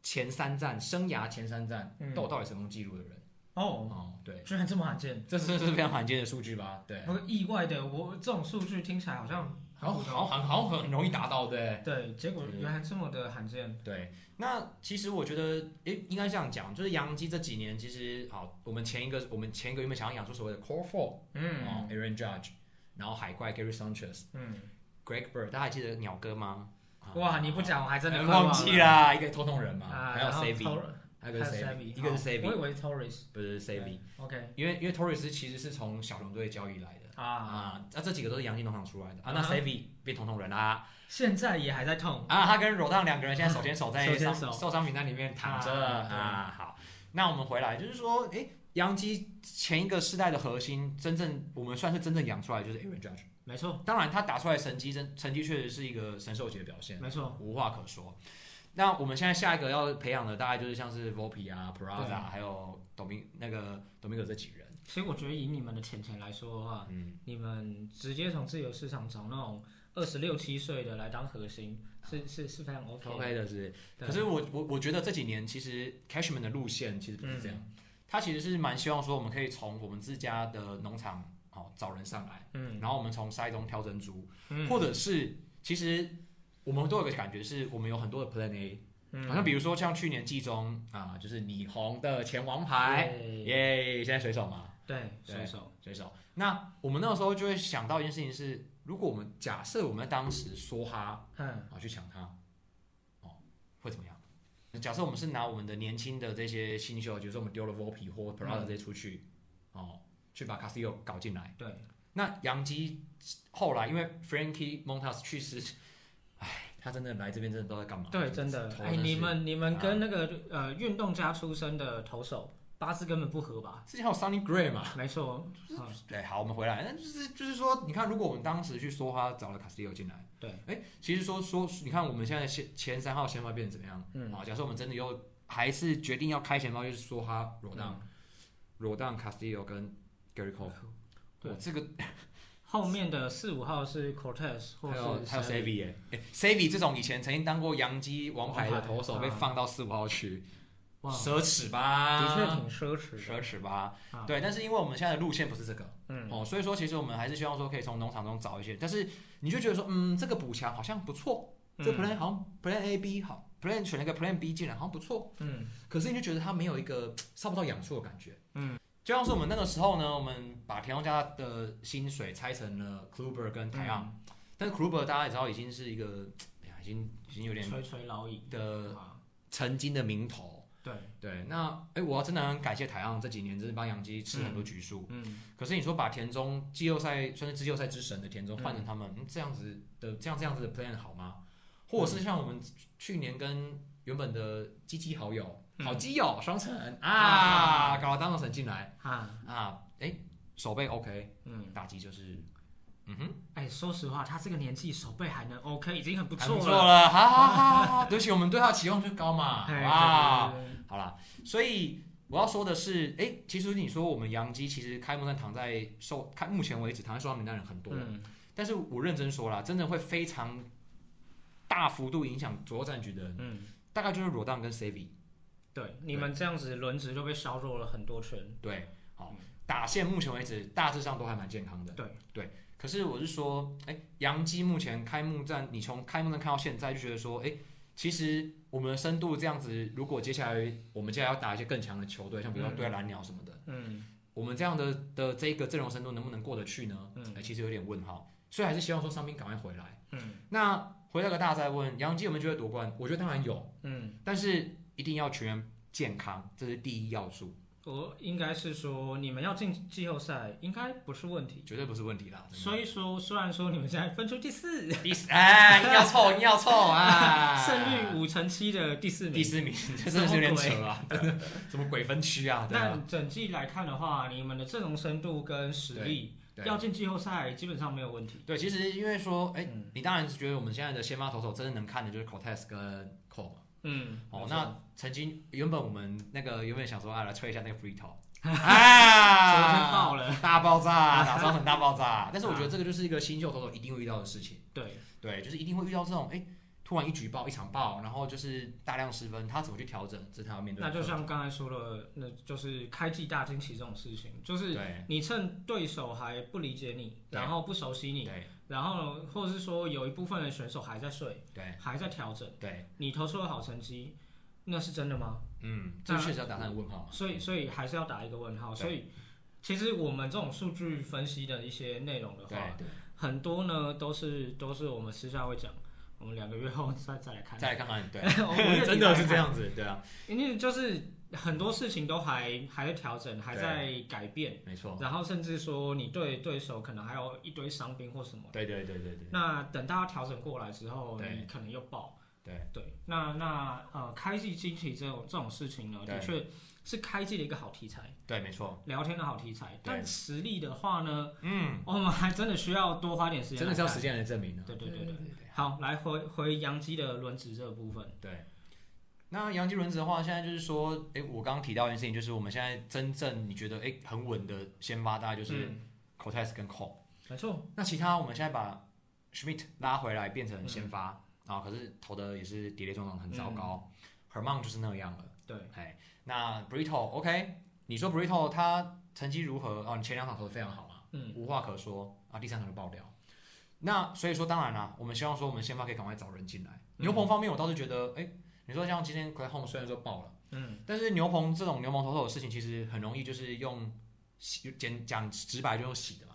Speaker 1: 前三站生涯前三站
Speaker 2: 嗯
Speaker 1: 都有到底成功记录的人
Speaker 2: 哦，
Speaker 1: 哦，对，
Speaker 2: 居然这么罕见。
Speaker 1: 这是是非常罕见的数据吧？对，
Speaker 2: 不过意外的，我这种数据听起来好像
Speaker 1: 好好好好像很容易达到，对
Speaker 2: 对，结果
Speaker 1: 对
Speaker 2: 原来这么的罕见。
Speaker 1: 对。那其实我觉得，诶，应该这样讲，就是杨基这几年其实好，我们前一个我们前一个原本想要养出所谓的 core four，哦
Speaker 2: 嗯
Speaker 1: ，Aaron Judge，然后海怪 Gary Sanchez、
Speaker 2: 嗯，
Speaker 1: Greg Bird，大家还记得鸟哥吗？啊
Speaker 2: 哇，你不讲我还真的
Speaker 1: 哎 (laughs)
Speaker 2: 快
Speaker 1: 忘记啦，一个偷弄人嘛，
Speaker 2: 啊，
Speaker 1: 还有
Speaker 2: 然后
Speaker 1: Savy，
Speaker 2: Tor-
Speaker 1: 还有个
Speaker 2: 还
Speaker 1: Savy，
Speaker 2: Savvy，
Speaker 1: 一个是
Speaker 2: 好我
Speaker 1: Savy，
Speaker 2: 以为 Torres。
Speaker 1: 不是 Savy，
Speaker 2: OK
Speaker 1: 因为因为 Torres 其实是从小熊队交易来的
Speaker 2: 啊，
Speaker 1: 啊，那这几个都是洋基农场出来的啊，那
Speaker 2: 啊哈
Speaker 1: Savy 变同同人啦
Speaker 2: 现在也还在痛。
Speaker 1: 啊，他跟 r o d o n 两个人现在手牵手在
Speaker 2: 手
Speaker 1: 伤
Speaker 2: 牵手
Speaker 1: 受伤名单里面躺着
Speaker 2: 啊对
Speaker 1: 啊，好，那我们回来就是说，诶，洋基前一个世代的核心，真正我们算是真正养出来就是 Aaron Judge，
Speaker 2: 没错，
Speaker 1: 当然他打出来的成绩真成绩确实是一个神兽级的表现，
Speaker 2: 没错。
Speaker 1: 无话可说。那我们现在下一个要培养的大概就是像是 Volpe 啊、
Speaker 2: 对
Speaker 1: Peraza 还有董明那个董明哥这几人，
Speaker 2: 其实我觉得以你们的钱钱来说的话，
Speaker 1: 嗯，
Speaker 2: 你们直接从自由市场找那种二十六七岁的来当核心，是是是非常 OK 的。
Speaker 1: OK 的是。
Speaker 2: 对
Speaker 1: 可是我我我觉得这几年其实 Cashman 的路线其实不是这样，
Speaker 2: 嗯
Speaker 1: 他其实是蛮希望说我们可以从我们自家的农场好、哦找人上来，
Speaker 2: 嗯
Speaker 1: 然后我们从筛中挑珍珠，
Speaker 2: 嗯，
Speaker 1: 或者是其实我们都有个感觉是我们有很多的 Plan A，、好像
Speaker 2: 嗯
Speaker 1: 比如说像去年季中啊，就是你红的前王牌，
Speaker 2: 对
Speaker 1: 耶，现在水手嘛。
Speaker 2: 对
Speaker 1: 对
Speaker 2: 水手
Speaker 1: 水手。那我们那个时候就会想到一件事情是，如果我们假设我们当时梭哈
Speaker 2: 嗯
Speaker 1: 啊去抢他，哦，会怎么样？假设我们是拿我们的年轻的这些新秀，比如说我们丢了 Volpe 或
Speaker 2: 嗯
Speaker 1: Prada 这些出去，哦，去把 Castillo 搞进来。
Speaker 2: 对
Speaker 1: 那杨基后来因为 Frankie Montas 去世，唉，他真的来这边真的都在干嘛？
Speaker 2: 对真的
Speaker 1: 头
Speaker 2: 哎
Speaker 1: 啊是
Speaker 2: 你们你们
Speaker 1: 啊
Speaker 2: 跟那个呃运动家出身的投手八字根本不合吧？
Speaker 1: 之前还有 Sunny Gray 嘛，
Speaker 2: 没错，嗯
Speaker 1: 对，好，我们回来，那就是就是说，你看，如果我们当时去说他找了卡斯蒂奥进来，
Speaker 2: 对，
Speaker 1: 哎，其实说说，你看我们现在先前三号先发变成怎么样？哦
Speaker 2: 嗯
Speaker 1: 好，假设我们真的又还是决定要开前锋，就是说哈罗当、
Speaker 2: 嗯
Speaker 1: 罗当卡斯蒂奥跟 Gary Cole，
Speaker 2: 对
Speaker 1: 哇这个
Speaker 2: 后面的四五号是 Cortez 或
Speaker 1: 还有
Speaker 2: 是
Speaker 1: 还有
Speaker 2: Savvy
Speaker 1: Savy 耶、诶 s a v y 这种以前曾经当过洋基王牌的
Speaker 2: 王牌
Speaker 1: 投手被
Speaker 2: 啊
Speaker 1: 放到四五号区，
Speaker 2: 哇，
Speaker 1: 奢侈吧？
Speaker 2: 的确挺奢侈的。
Speaker 1: 奢侈吧？
Speaker 2: 啊
Speaker 1: 对，但是因为我们现在的路线不是这个，
Speaker 2: 嗯，
Speaker 1: 哦，所以说其实我们还是希望说可以从农场中找一些，但是你就觉得说，嗯，这个补强好像不错，这
Speaker 2: 嗯
Speaker 1: plan 好像 plan A B 好，plan 选了个 plan B 进来好像不错，
Speaker 2: 嗯
Speaker 1: 可是你就觉得它没有一个烧不到痒处的感觉。
Speaker 2: 嗯，
Speaker 1: 就像是我们那个时候呢，我们把田中家的薪水拆成了 Kluber 跟 t
Speaker 2: 嗯
Speaker 1: a y a 但是 Kluber 大家也知道已经是一个，哎呀，已经已经有点呃
Speaker 2: 垂垂老矣
Speaker 1: 的
Speaker 2: 啊，
Speaker 1: 曾经的名头。
Speaker 2: 对，
Speaker 1: 对，那哎，我真的很感谢台阳这几年真是帮杨基吃很多局数。
Speaker 2: 嗯，
Speaker 1: 可是你说把田中季后赛算是季后赛之神的田中换成他们、嗯这样子的这样这样子的 plan 好吗？或者是像我们去年跟原本的基基好友、
Speaker 2: 嗯
Speaker 1: 好基友双城啊，
Speaker 2: 啊
Speaker 1: 搞了当神进来
Speaker 2: 啊，
Speaker 1: 啊，哎、手背 OK，
Speaker 2: 嗯，
Speaker 1: 打击就是嗯哼，
Speaker 2: 哎，说实话，他这个年纪手背还能 OK，已经很不
Speaker 1: 还
Speaker 2: 错
Speaker 1: 不错。了，好好好好，对不起，我们对他的期望就高嘛，
Speaker 2: 哎
Speaker 1: 哇，，
Speaker 2: 对对对
Speaker 1: 好啦，所以我要说的是，哎、其实你说我们洋基其实开幕战躺在受开目前为止躺在受伤名单人很多，
Speaker 2: 嗯，
Speaker 1: 但是我认真说啦，真的会非常大幅度影响左右战局的人，
Speaker 2: 嗯，
Speaker 1: 大概就是罗当跟 Savy。
Speaker 2: 对，你们这样子轮值就被削弱了很多圈。
Speaker 1: 对，好
Speaker 2: 嗯，
Speaker 1: 打线目前为止大致上都还蛮健康的。
Speaker 2: 对
Speaker 1: 对，可是我是说，哎、杨基目前开幕战，你从开幕战看到现在，就觉得说，哎、其实我们的深度这样子，如果接下来我们接下来要打一些更强的球队，像比如说
Speaker 2: 嗯
Speaker 1: 对蓝鸟什么的，
Speaker 2: 嗯
Speaker 1: 我们这样的的这个阵容深度能不能过得去呢？
Speaker 2: 嗯
Speaker 1: 哎、其实有点问号，所以还是希望说伤兵赶快回来。
Speaker 2: 嗯
Speaker 1: 那回到个大再问，杨基有没有机会夺冠？我觉得当然有，
Speaker 2: 嗯，
Speaker 1: 但是一定要全员健康，这是第一要素，
Speaker 2: 我应该是说你们要进季后赛应该不是问题。
Speaker 1: 绝对不是问题啦。真的
Speaker 2: 所以说，虽然说你们现在分出第四，
Speaker 1: 嗯第四，哎，硬要
Speaker 2: (laughs)
Speaker 1: 凑，硬要凑啊！
Speaker 2: 胜率五成七的第四
Speaker 1: 第
Speaker 2: 名。
Speaker 1: 四名，这真的是有点扯
Speaker 2: (laughs)
Speaker 1: 啊！真的什么鬼分区啊？对
Speaker 2: 那
Speaker 1: 啊，
Speaker 2: 整季来看的话，你们的阵容深度跟实力
Speaker 1: 对
Speaker 2: 要进季后赛基本上没有问题。
Speaker 1: 对，其实因为说，哎、
Speaker 2: 嗯
Speaker 1: 你当然是觉得我们现在的先发投手真的能看的就是 Cortez 跟 Cole 嘛。
Speaker 2: 嗯，
Speaker 1: 哦
Speaker 2: 没，错
Speaker 1: 那曾经原本我们那个原本想说，啊，来吹一下那个 Free
Speaker 2: (laughs)
Speaker 1: Talk
Speaker 2: 昨天
Speaker 1: 啊，
Speaker 2: 爆了，啊
Speaker 1: 大爆炸，打造很大爆
Speaker 2: (laughs)
Speaker 1: 炸。但是我觉得这个就是一个新秀投手一定会遇到的事情。
Speaker 2: 对，
Speaker 1: 对，就是一定会遇到这种，哎、突然一局爆一场爆，然后就是大量失分，他怎么去调整？这是他要面对
Speaker 2: 那
Speaker 1: 的
Speaker 2: 就
Speaker 1: 课题。
Speaker 2: 像刚才说的，那就是开季大惊喜这种事情，就是
Speaker 1: 对
Speaker 2: 你趁对手还不理解你，
Speaker 1: 对
Speaker 2: 然后不熟悉你，
Speaker 1: 对
Speaker 2: 然后或者是说有一部分的选手还在睡，
Speaker 1: 对
Speaker 2: 还在调整，
Speaker 1: 对，
Speaker 2: 你投出了好成绩，那是真的吗？
Speaker 1: 嗯，这
Speaker 2: 那
Speaker 1: 确实要打上问号嘛。
Speaker 2: 所以所以还是要打一个问号。
Speaker 1: 对
Speaker 2: 所以其实我们这种数据分析的一些内容的
Speaker 1: 对
Speaker 2: 话，
Speaker 1: 对，
Speaker 2: 很多呢都是都是我们私下会讲，我们两个月后再再来看。
Speaker 1: 再来看看，对
Speaker 2: (laughs) 我们月底，
Speaker 1: (laughs) 真的是这样子，对啊，
Speaker 2: 因为就是很多事情都还还在调整，还
Speaker 1: 对哦
Speaker 2: 在改变，
Speaker 1: 没错，
Speaker 2: 然后甚至说你对对手可能还有一堆伤兵或什么。
Speaker 1: 对对对对对
Speaker 2: 那等大家调整过来之后，
Speaker 1: 对
Speaker 2: 你可能又爆。
Speaker 1: 对
Speaker 2: 对，那那呃，开季惊喜这种这种事情呢，
Speaker 1: 对
Speaker 2: 的确是开季的一个好题材，
Speaker 1: 对，没错，
Speaker 2: 聊天的好题材。但实力的话呢，
Speaker 1: 嗯，
Speaker 2: 我们还真的需要多花点时间
Speaker 1: 真
Speaker 2: 来
Speaker 1: 的
Speaker 2: 看。
Speaker 1: 是要时间来证明啊的。
Speaker 2: 对对对对
Speaker 1: 对
Speaker 2: 好，来回回杨基的轮值这个部分。
Speaker 1: 对。那杨基轮子的话，现在就是说，哎、我刚刚提到一件事情，就是我们现在真正你觉得哎、诶很稳的先发，大概就是
Speaker 2: 嗯
Speaker 1: Cortez 跟 Cole。
Speaker 2: 没错，
Speaker 1: 那其他我们现在把 Schmidt 拉回来变成先发，然后可是投的也是跌跌撞撞，很糟糕。Herman 就是那样了，
Speaker 2: 对，
Speaker 1: 哎，那 Brito OK，你说 Brito 他成绩如何？哦，你前两场投的非常好嘛，
Speaker 2: 嗯，
Speaker 1: 无话可说啊，第三场就爆掉。那所以说，当然啦，我们希望说我们先发可以赶快找人进来。牛棚方面，我倒是觉得，哎、你说像今天 c l a y Home 虽然说爆了，
Speaker 2: 嗯，
Speaker 1: 但是牛棚这种牛棚投手的事情，其实很容易就是用洗简讲直白就用洗的嘛，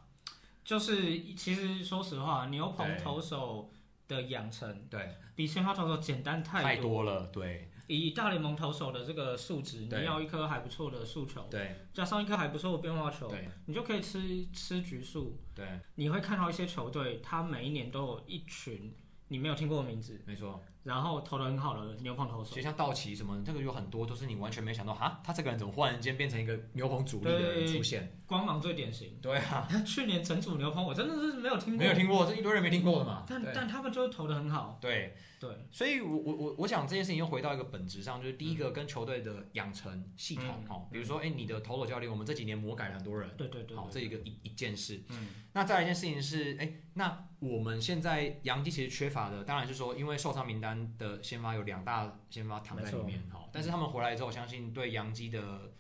Speaker 2: 就是其实说实话，牛棚
Speaker 1: 对
Speaker 2: 投手的养成
Speaker 1: 对，
Speaker 2: 比先发投手简单太
Speaker 1: 太多了，对。
Speaker 2: 以大联盟投手的这个数值，你
Speaker 1: 对
Speaker 2: 要一颗还不错的速球，
Speaker 1: 对
Speaker 2: 加上一颗还不错的变化球，
Speaker 1: 对
Speaker 2: 你就可以吃吃局数。
Speaker 1: 对，
Speaker 2: 你会看到一些球队，他每一年都有一群你没有听过的名字，
Speaker 1: 没错。
Speaker 2: 然后投的很好的牛棚投
Speaker 1: 其
Speaker 2: 手
Speaker 1: 实。像道奇什么，这个有很多都是你完全没想到，哈，他这个人怎么忽然间变成一个牛棚主力的人出现？
Speaker 2: 光芒最典型，
Speaker 1: 对啊，
Speaker 2: 去年整组牛棚我真的是没有听过，
Speaker 1: 没有听过，这一堆人没听过的嘛。
Speaker 2: 但
Speaker 1: 对
Speaker 2: 但他们就投的很好，
Speaker 1: 对，
Speaker 2: 对，
Speaker 1: 所以我我我我想这件事情又回到一个本质上，就是第一个跟球队的养成系统
Speaker 2: 嗯
Speaker 1: 哦，比如说，哎，你的投手教练，我们这几年魔改了很多人，
Speaker 2: 对对对
Speaker 1: 好，
Speaker 2: 对，
Speaker 1: 这一个一一件事。
Speaker 2: 嗯
Speaker 1: 那再来一件事情是，哎，那我们现在杨基其实缺乏的，当然是说，因为受伤名单的先发有两大先发躺在里面，好，但是他们回来之后，我相信对杨基的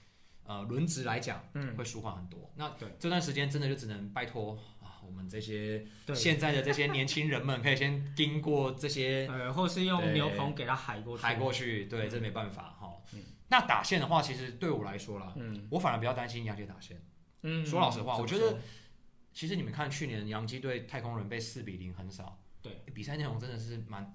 Speaker 1: 呃轮值来讲
Speaker 2: 嗯，
Speaker 1: 会舒缓很多。那
Speaker 2: 对
Speaker 1: 这段时间真的就只能拜托啊，我们这些
Speaker 2: 对，
Speaker 1: 现在的这些年轻人们，可以先经过这些
Speaker 2: 呃，或是用
Speaker 1: 对
Speaker 2: 牛棚给他海过去，
Speaker 1: 海，过去，对，这没办法哈
Speaker 2: 嗯。
Speaker 1: 那打线的话，其实对我来说啦，
Speaker 2: 嗯
Speaker 1: 我反而比较担心杨基打线。
Speaker 2: 嗯，
Speaker 1: 说老实话
Speaker 2: 怎么
Speaker 1: 我觉得
Speaker 2: 说
Speaker 1: 其实你们看去年洋基对太空人被四比零横扫，
Speaker 2: 对
Speaker 1: 比赛内容真的是蛮，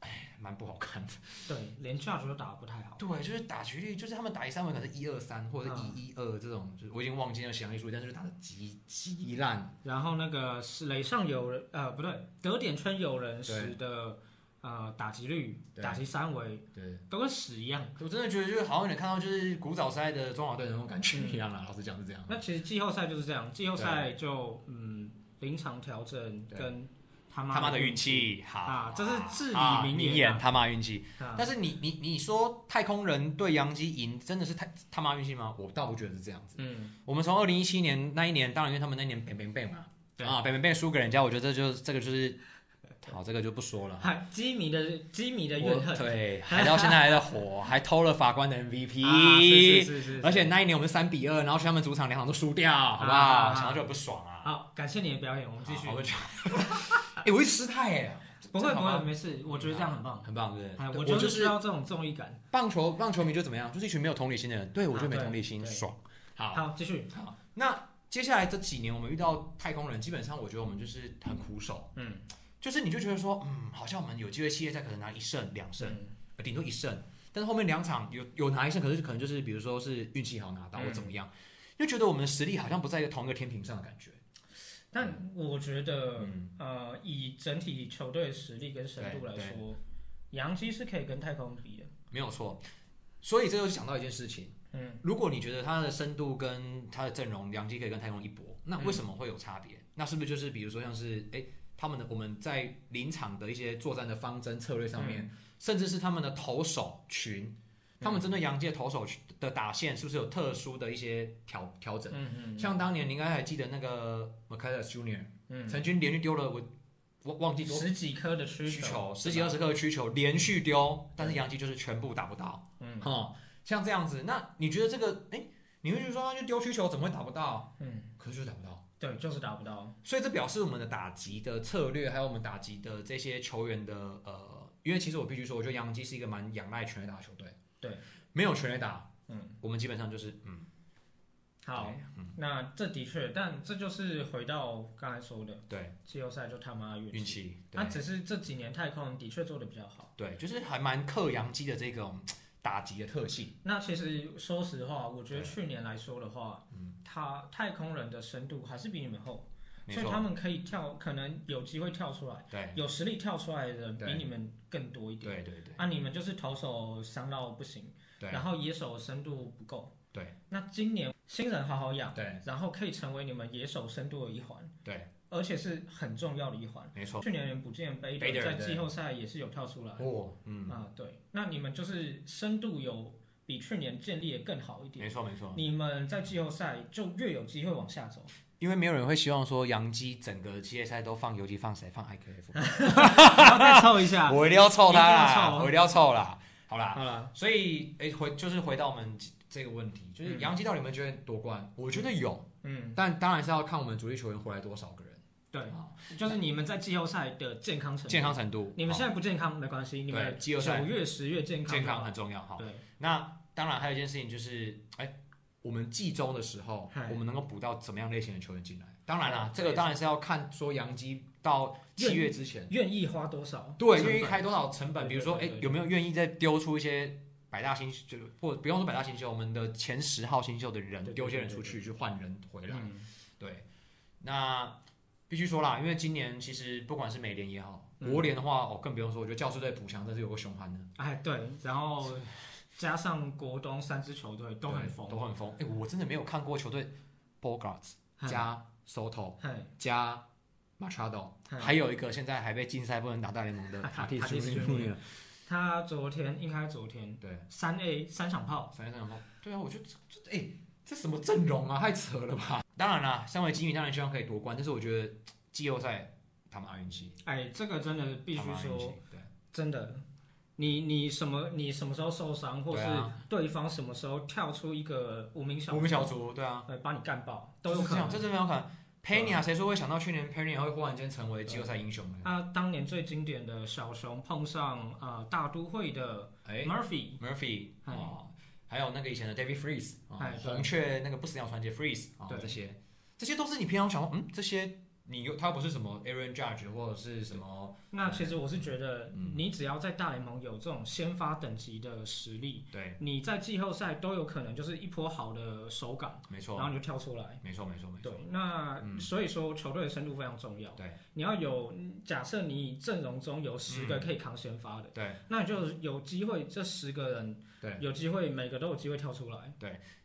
Speaker 1: 哎，蛮不好看的。
Speaker 2: (laughs) 对，连价值都打得不太好。
Speaker 1: 对，就是打局率，就是他们打一三围可能是一二三或者是
Speaker 2: 嗯
Speaker 1: 一一二这种，就是我已经忘记了详细数据，但是就是打的极极烂。
Speaker 2: 然后那个是垒上有人，呃，不对，得点圈有人时
Speaker 1: 对
Speaker 2: 的呃打击率、
Speaker 1: 对
Speaker 2: 打击三围
Speaker 1: 对，
Speaker 2: 都跟屎一样。
Speaker 1: 我真的觉得就是好像有点看到就是古早赛的中华队的那种感觉一样啦。老实讲是这样。
Speaker 2: 嗯那其实季后赛就是这样，季后赛就嗯临场调整
Speaker 1: 对
Speaker 2: 跟他妈
Speaker 1: 他妈的运
Speaker 2: 运。
Speaker 1: 气，好
Speaker 2: 啊这是至理
Speaker 1: 啊
Speaker 2: 名言啊
Speaker 1: 言，他妈运气。
Speaker 2: 啊
Speaker 1: 但是你你你说太空人对洋基赢，真的是太他妈运气吗？我倒不觉得是这样子。
Speaker 2: 嗯，
Speaker 1: 我们从二零一七年那一年，当然因为他们那年 bang bang bang 嘛，
Speaker 2: 对 (laughs)
Speaker 1: 啊 bang bang bang 输给人家，我觉得这就是这个就是，好，这个就不说了。
Speaker 2: 还基米的基米的怨
Speaker 1: 我
Speaker 2: 恨， (laughs)
Speaker 1: 对，还到现在还在火，还偷了法官的 MVP，、
Speaker 2: 啊是是是是是，
Speaker 1: 而且那一年我们三比二，然后去他们主场两场都输掉，好不好？
Speaker 2: 啊
Speaker 1: 想到就很不爽啊。啊
Speaker 2: 好，感谢你的表演，我们继续
Speaker 1: 好。我觉得 (laughs) 哎，我一失态哎，
Speaker 2: 不会
Speaker 1: 这样
Speaker 2: 不
Speaker 1: 好吗
Speaker 2: 会，没事，我觉得这样很棒。
Speaker 1: 很棒，对不对
Speaker 2: 哎，？
Speaker 1: 对
Speaker 2: 我
Speaker 1: 我
Speaker 2: 就是
Speaker 1: 就
Speaker 2: 需
Speaker 1: 是
Speaker 2: 要这种综艺感。
Speaker 1: 棒球棒球迷就怎么样，就是一群没有同理心的人。对我就没
Speaker 2: 啊对
Speaker 1: 同理心，
Speaker 2: 对
Speaker 1: 爽。好，
Speaker 2: 好，继续。
Speaker 1: 好，那接下来这几年我们遇到太空人，基本上我觉得我们就是很苦手，
Speaker 2: 嗯，
Speaker 1: 就是你就觉得说，嗯，好像我们有机会系列赛可能拿一胜两胜，
Speaker 2: 嗯
Speaker 1: 呃顶多一胜，但是后面两场有有拿一胜，可是可能就是比如说是运气好拿到
Speaker 2: 嗯
Speaker 1: 或怎么样，就觉得我们的实力好像不在一个同一个天平上的感觉。
Speaker 2: 但我觉得，
Speaker 1: 嗯，
Speaker 2: 呃，以整体球队的实力跟深度来
Speaker 1: 对
Speaker 2: 说，杨基是可以跟太空比的。
Speaker 1: 没有错。所以这就想到一件事情，
Speaker 2: 嗯，
Speaker 1: 如果你觉得它的深度跟它的阵容，两季可以跟太空一搏，那为什么会有差
Speaker 2: 嗯
Speaker 1: 别？那是不是就是比如说像是哎、诶他们的我们在临场的一些作战的方针策略上面，
Speaker 2: 嗯
Speaker 1: 甚至是他们的投手群，他们针对洋基的投手群的打线，是不是有特殊的一些调调整？
Speaker 2: 嗯嗯
Speaker 1: 像当年你应该还记得那个 m c a l l s Junior
Speaker 2: 嗯，
Speaker 1: 曾经连续丢了我忘忘记多
Speaker 2: 十几颗的需
Speaker 1: 需
Speaker 2: 求，
Speaker 1: 求，十几二十颗的需求连续丢，但是洋基就是全部打不到。
Speaker 2: 嗯
Speaker 1: 哦，像这样子，那你觉得这个，哎、你会觉得说他就丢需球怎么会打不到？
Speaker 2: 嗯，
Speaker 1: 可是就是打不到，
Speaker 2: 对，就是达不到。
Speaker 1: 所以这表示我们的打击的策略，还有我们打击的这些球员的呃，因为其实我必须说，我觉得洋基是一个蛮仰赖全垒打的球队，
Speaker 2: 对，
Speaker 1: 没有全垒打，
Speaker 2: 嗯，
Speaker 1: 我们基本上就是嗯，
Speaker 2: 好，
Speaker 1: 对，嗯，
Speaker 2: 那这的确，但这就是回到刚才说的，
Speaker 1: 对，
Speaker 2: 季后赛就他妈运
Speaker 1: 运
Speaker 2: 气。
Speaker 1: 气，对、
Speaker 2: 那只是这几年太空的确做的比较好。
Speaker 1: 对，就是还蛮克洋基的这种打击的特性，
Speaker 2: 那其实说实话，我觉得
Speaker 1: 对
Speaker 2: 去年来说的话，
Speaker 1: 嗯，
Speaker 2: 他太空人的深度还是比你们厚，
Speaker 1: 没
Speaker 2: 所以他
Speaker 1: 错，
Speaker 2: 们可以跳，可能有机会跳出来，
Speaker 1: 对，
Speaker 2: 有实力跳出来的人比
Speaker 1: 对
Speaker 2: 你们更多一
Speaker 1: 对
Speaker 2: 点。
Speaker 1: 对对
Speaker 2: 啊，你们就是投手伤到不行，
Speaker 1: 对
Speaker 2: 然后野手深度不够。
Speaker 1: 对。
Speaker 2: 那今年新人好好养，
Speaker 1: 对
Speaker 2: 然后可以成为你们野手深度的一环，
Speaker 1: 对，
Speaker 2: 而且是很重要的一环。
Speaker 1: 没错，
Speaker 2: 去年不见 b a d e
Speaker 1: Bader，
Speaker 2: 在
Speaker 1: 对
Speaker 2: 季后赛也是有跳出来。
Speaker 1: 哦，嗯，
Speaker 2: 啊，对，那你们就是深度有比去年建立的更好一点，
Speaker 1: 没错没错，
Speaker 2: 你们在季后赛就越有机会往
Speaker 1: (laughs)
Speaker 2: 下走。
Speaker 1: 因为没有人会希望说洋基整个系列赛都放游击放谁放 IKF，
Speaker 2: 然后再凑一下，
Speaker 1: (laughs) 我一定要凑他
Speaker 2: 一定要
Speaker 1: 啦，(laughs)
Speaker 2: 凑
Speaker 1: 我一定要凑啊啦。好啦，
Speaker 2: 好了，
Speaker 1: 所以诶回就是回到我们这个问题，就是洋基到底有没有觉得夺冠？我觉得有，
Speaker 2: 嗯，
Speaker 1: 但当然是要看我们主力球员回来多少个人，
Speaker 2: 对，
Speaker 1: 好
Speaker 2: 就是你们在季后赛的健康程度，
Speaker 1: 健康程度。
Speaker 2: 你们现
Speaker 1: 在
Speaker 2: 在不健康没关系，你们
Speaker 1: 对季后赛
Speaker 2: 九月、十月健康，
Speaker 1: 健康，很重要哈。
Speaker 2: 对，
Speaker 1: 那当然还有一件事情就是，哎，我们季中的时候
Speaker 2: 嗨，
Speaker 1: 我们能够补到怎么样类型的球员进来？当然啦
Speaker 2: 嗯，
Speaker 1: 这个当然是要看说洋基到七月之前。
Speaker 2: 愿意花多少？
Speaker 1: 对，愿意，开多少成本？
Speaker 2: 对
Speaker 1: 比如说，
Speaker 2: 对
Speaker 1: 哎
Speaker 2: 对对，
Speaker 1: 有没有愿意再丢出一些百大新秀，就是或不用说百大新秀，我们的前十号新秀的
Speaker 2: 对
Speaker 1: 人，
Speaker 2: 对
Speaker 1: 丢一些人
Speaker 2: 对
Speaker 1: 出
Speaker 2: 对
Speaker 1: 去去换人回来？
Speaker 2: 嗯，
Speaker 1: 对，那必须说啦，因为今年其实不管是美联也好，
Speaker 2: 嗯
Speaker 1: 国联的话，哦，更不用说，我觉得教师队补强真是有个凶悍的，
Speaker 2: 哎，对，然后加上国东三支球队都很
Speaker 1: 对
Speaker 2: 疯，
Speaker 1: 都很疯。哎，我真的没有看过球队 Bogarts
Speaker 2: 嗨，
Speaker 1: 加 Soto
Speaker 2: 嗨，
Speaker 1: 加 Machado，
Speaker 2: 嗨
Speaker 1: 还有一个现在还被禁赛不能打大联盟的塔蒂
Speaker 2: 嗯啊塔蒂
Speaker 1: 斯
Speaker 2: 斯
Speaker 1: 穆尼尔，
Speaker 2: 他昨天应该昨天
Speaker 1: 对。
Speaker 2: 三 A 三场炮。
Speaker 1: 三三炮，对啊，我觉得这这哎、这什么阵容啊，太扯了吧！当然啦，身为基民当然希望可以夺冠，但是我觉得季后赛他们阿运气，
Speaker 2: 哎，这个真的必须
Speaker 1: 他们阿运气
Speaker 2: 说，，
Speaker 1: 对，
Speaker 2: 真的，你你什么你什么时候受伤，或是
Speaker 1: 对啊
Speaker 2: 对方什么时候跳出一个无名小卒
Speaker 1: 我们小，组对啊，
Speaker 2: 呃，把你干爆都有
Speaker 1: 就是
Speaker 2: 可
Speaker 1: 这
Speaker 2: 能啊
Speaker 1: 样，这。真的有可能。Pena 谁说会想到去年 Pena 会忽然间成为季后赛英雄呢？
Speaker 2: 啊，当年最经典的小熊碰上呃大都会的
Speaker 1: 哎
Speaker 2: Murphy，
Speaker 1: ，Murphy
Speaker 2: 哎
Speaker 1: 哦，还有那个以前的 David Freeze 啊
Speaker 2: 哎，对
Speaker 1: 红雀那个不死鸟传奇 Freeze 啊
Speaker 2: 对，
Speaker 1: 这些这些都是你平常想说，嗯，这些你又他又不是什么 Aaron Judge 或者是什么
Speaker 2: 那其实我是觉得，
Speaker 1: 嗯
Speaker 2: 你只要在大联盟有这种先发等级的实力，
Speaker 1: 对，
Speaker 2: 你在季后赛都有可能就是一波好的手感，
Speaker 1: 没
Speaker 2: 然后
Speaker 1: 错，
Speaker 2: 你就跳出来。
Speaker 1: 没错，没错，没
Speaker 2: 对
Speaker 1: 错，，
Speaker 2: 那
Speaker 1: 嗯
Speaker 2: 所以说球队的深度非常重要。
Speaker 1: 对
Speaker 2: 你要有假设你阵容中有十个可以扛先发的，
Speaker 1: 嗯对。
Speaker 2: 那你就有机会这十个人
Speaker 1: 对
Speaker 2: 有机会每个都有机会跳出来。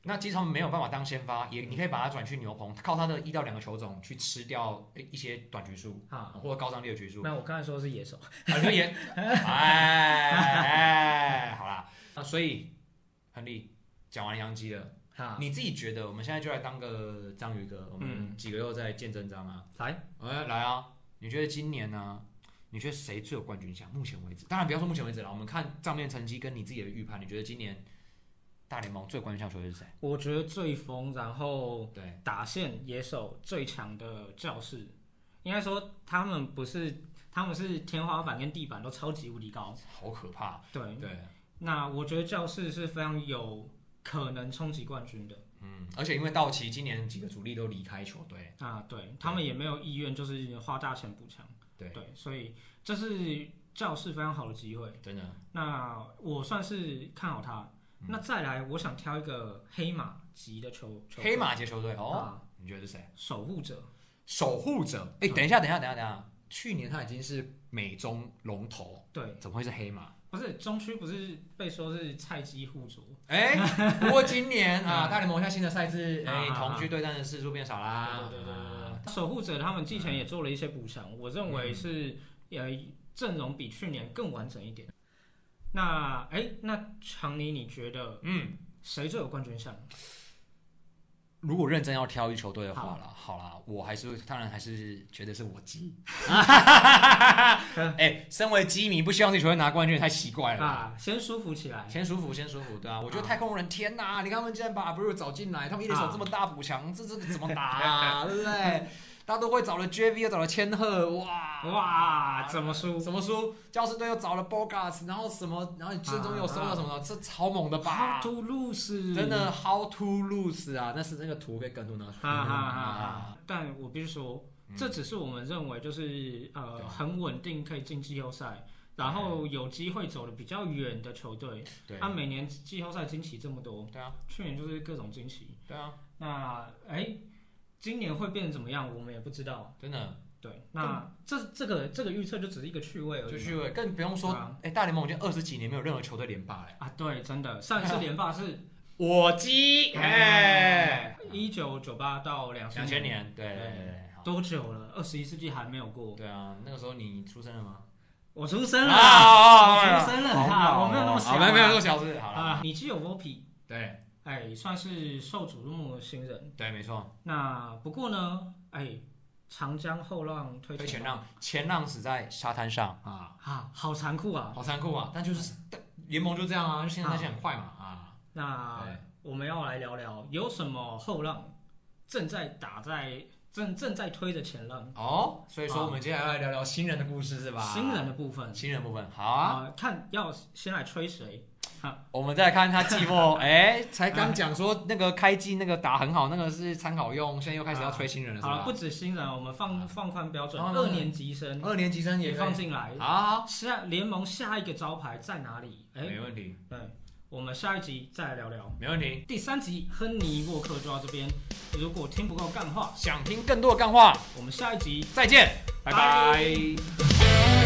Speaker 1: 那其实他们没有办法当先发，也你可以把它转去牛棚，靠他的一到两个球种去吃掉一些短局数啊
Speaker 2: 哈，
Speaker 1: 或者高张力的局
Speaker 2: (laughs)
Speaker 1: 数。
Speaker 2: 那我刚才说的是野手，
Speaker 1: 啊，你说也，哎哎，哎好啦，那所以亨利讲完杨基了，
Speaker 2: 哈，
Speaker 1: 你自己觉得我们现在就来当个章鱼哥，我们几个又在见真章啊，
Speaker 2: 来，
Speaker 1: 哎来啊，你觉得今年呢、你觉得谁最有冠军相？目前为止，当然不要说目前为止了，我们看账面成绩跟你自己的预判，你觉得今年大联盟最关键球员是谁？
Speaker 2: 我觉得最疯，然后
Speaker 1: 对，
Speaker 2: 打线野手最强的教室，应该说他们不是，他们是天花板跟地板都超级无敌高。
Speaker 1: 好可怕。
Speaker 2: 对，
Speaker 1: 对，
Speaker 2: 那我觉得教室是非常有可能冲击冠军的
Speaker 1: 嗯，而且因为道奇今年几个主力都离开球队，
Speaker 2: 啊，对他们也没有意愿就是花大钱补强，
Speaker 1: 对，
Speaker 2: 对，所以这是教室非常好的机会。
Speaker 1: 真的，
Speaker 2: 那我算是看好他。
Speaker 1: 嗯
Speaker 2: 那再来，我想挑一个黑马级的球球
Speaker 1: 黑马级球队哦，
Speaker 2: 啊，
Speaker 1: 你觉得是谁？
Speaker 2: 守护者
Speaker 1: 守护者，哎，
Speaker 2: 嗯
Speaker 1: 等一下，等一下，等一下，等一下，去年他已经是美中龙头，
Speaker 2: 对，
Speaker 1: 怎么会是黑马？
Speaker 2: 不是中区不是被说是菜鸡互啄，
Speaker 1: 哎，不过今年啊，
Speaker 2: (laughs) 嗯
Speaker 1: 大联盟现在新的赛制，哎，
Speaker 2: 啊啊啊
Speaker 1: 同区对战的次数变少啦。
Speaker 2: 对对对对
Speaker 1: 啊
Speaker 2: 对。守护者他们季前也做了一些补强，我认为
Speaker 1: 嗯
Speaker 2: 是呃阵容比去年更完整一点。那哎，那强尼，你觉得
Speaker 1: 嗯，
Speaker 2: 谁最有冠军相？
Speaker 1: 如果认真要挑一球队的话啦，好啦，我还是当然还是觉得是我
Speaker 2: (laughs)
Speaker 1: 鸡。哎，身为鸡迷，不希望自己球队拿冠军也太奇怪了吧。
Speaker 2: 啊，先舒服起来。
Speaker 1: 哎先舒服，先舒服，对啊，我觉得太空人，天哪！你看他们竟然把阿布鲁找进来，他们一垒手这么大补强，这这个怎么打
Speaker 2: (laughs)
Speaker 1: 啊？对不对？大都会找了 JV，又找了千鹤，哇
Speaker 2: 哇，怎么输？
Speaker 1: 什么书？教师队又找了 Bogarts，然后什么，然后你最终又收到什么的？这超猛的吧
Speaker 2: How？to lose？
Speaker 1: 真的 How to lose 啊？但是那个图可以跟图呢。
Speaker 2: 哈哈哈
Speaker 1: 嗯
Speaker 2: 哈！但我必须说，这只是我们认为就是
Speaker 1: 对啊
Speaker 2: 呃很稳定可以进季后赛，然后有机会走的比较远的球队。
Speaker 1: 对
Speaker 2: 他、每年季后赛惊喜这么多，
Speaker 1: 对啊，
Speaker 2: 去年就是各种惊喜。
Speaker 1: 对啊，
Speaker 2: 那哎，今年会变成怎么样，我们也不知道。
Speaker 1: 真的
Speaker 2: 对，那这这个这个预测就只是一个趣味而
Speaker 1: 嗯
Speaker 2: 已嘛。
Speaker 1: 就趣味，更不用
Speaker 2: 对
Speaker 1: 说
Speaker 2: 啊，
Speaker 1: 哎，大联盟已经二十几年没有任何球队连霸了。
Speaker 2: 啊，对，真的，上一次连
Speaker 1: (laughs)
Speaker 2: 霸是
Speaker 1: 我鸡，哎，
Speaker 2: 一九九八到两
Speaker 1: 两千，年，对对
Speaker 2: 对
Speaker 1: 对对。好
Speaker 2: 多久了？二十一世纪还没有过。
Speaker 1: 对啊，那个时候你出生了吗？
Speaker 2: 我出生了
Speaker 1: 啊
Speaker 2: 啊，
Speaker 1: 啊
Speaker 2: 我出生了啊，我没有那么小
Speaker 1: 我
Speaker 2: 啊，
Speaker 1: 们没有那么小是好了。
Speaker 2: 啊。你既有 VOP，
Speaker 1: 对
Speaker 2: 哎，算是受瞩目的新人。
Speaker 1: 对，没错。
Speaker 2: 那不过呢，哎，长江后浪推
Speaker 1: 推前
Speaker 2: 前
Speaker 1: 浪，前浪死在沙滩上啊，
Speaker 2: 啊，好残酷啊。
Speaker 1: 好残酷啊！但就是但联盟就这样啊，就现在那些很快嘛啊。
Speaker 2: 那
Speaker 1: 对
Speaker 2: 我们要来聊聊有什么后浪正在打在正正在推着前浪
Speaker 1: 哦，所以说我们接下来聊聊新人的故事是吧？
Speaker 2: 新人的部分
Speaker 1: 新人部分好啊，
Speaker 2: 呃看要先来吹谁啊
Speaker 1: 我们再来看他季末，哎，才刚讲说那个开季那个打很好，那个是参考用，现在又开始要吹新人了是
Speaker 2: 好了，不
Speaker 1: 吧？
Speaker 2: 止新人，我们
Speaker 1: 啊
Speaker 2: 放放宽标准，
Speaker 1: 哦
Speaker 2: 二年级生
Speaker 1: 二年级生啊也
Speaker 2: 也
Speaker 1: 放
Speaker 2: 放
Speaker 1: 进
Speaker 2: 进来。
Speaker 1: 好，
Speaker 2: 下联盟下一个招牌在哪里？哎，
Speaker 1: 没问题，
Speaker 2: 对，我们下一集再来聊聊。
Speaker 1: 没问题。
Speaker 2: 第三集亨尼沃克就到这边，如果听不够干话，
Speaker 1: 想听更多的干话，
Speaker 2: 我们下一集
Speaker 1: 再见，拜拜。
Speaker 2: 拜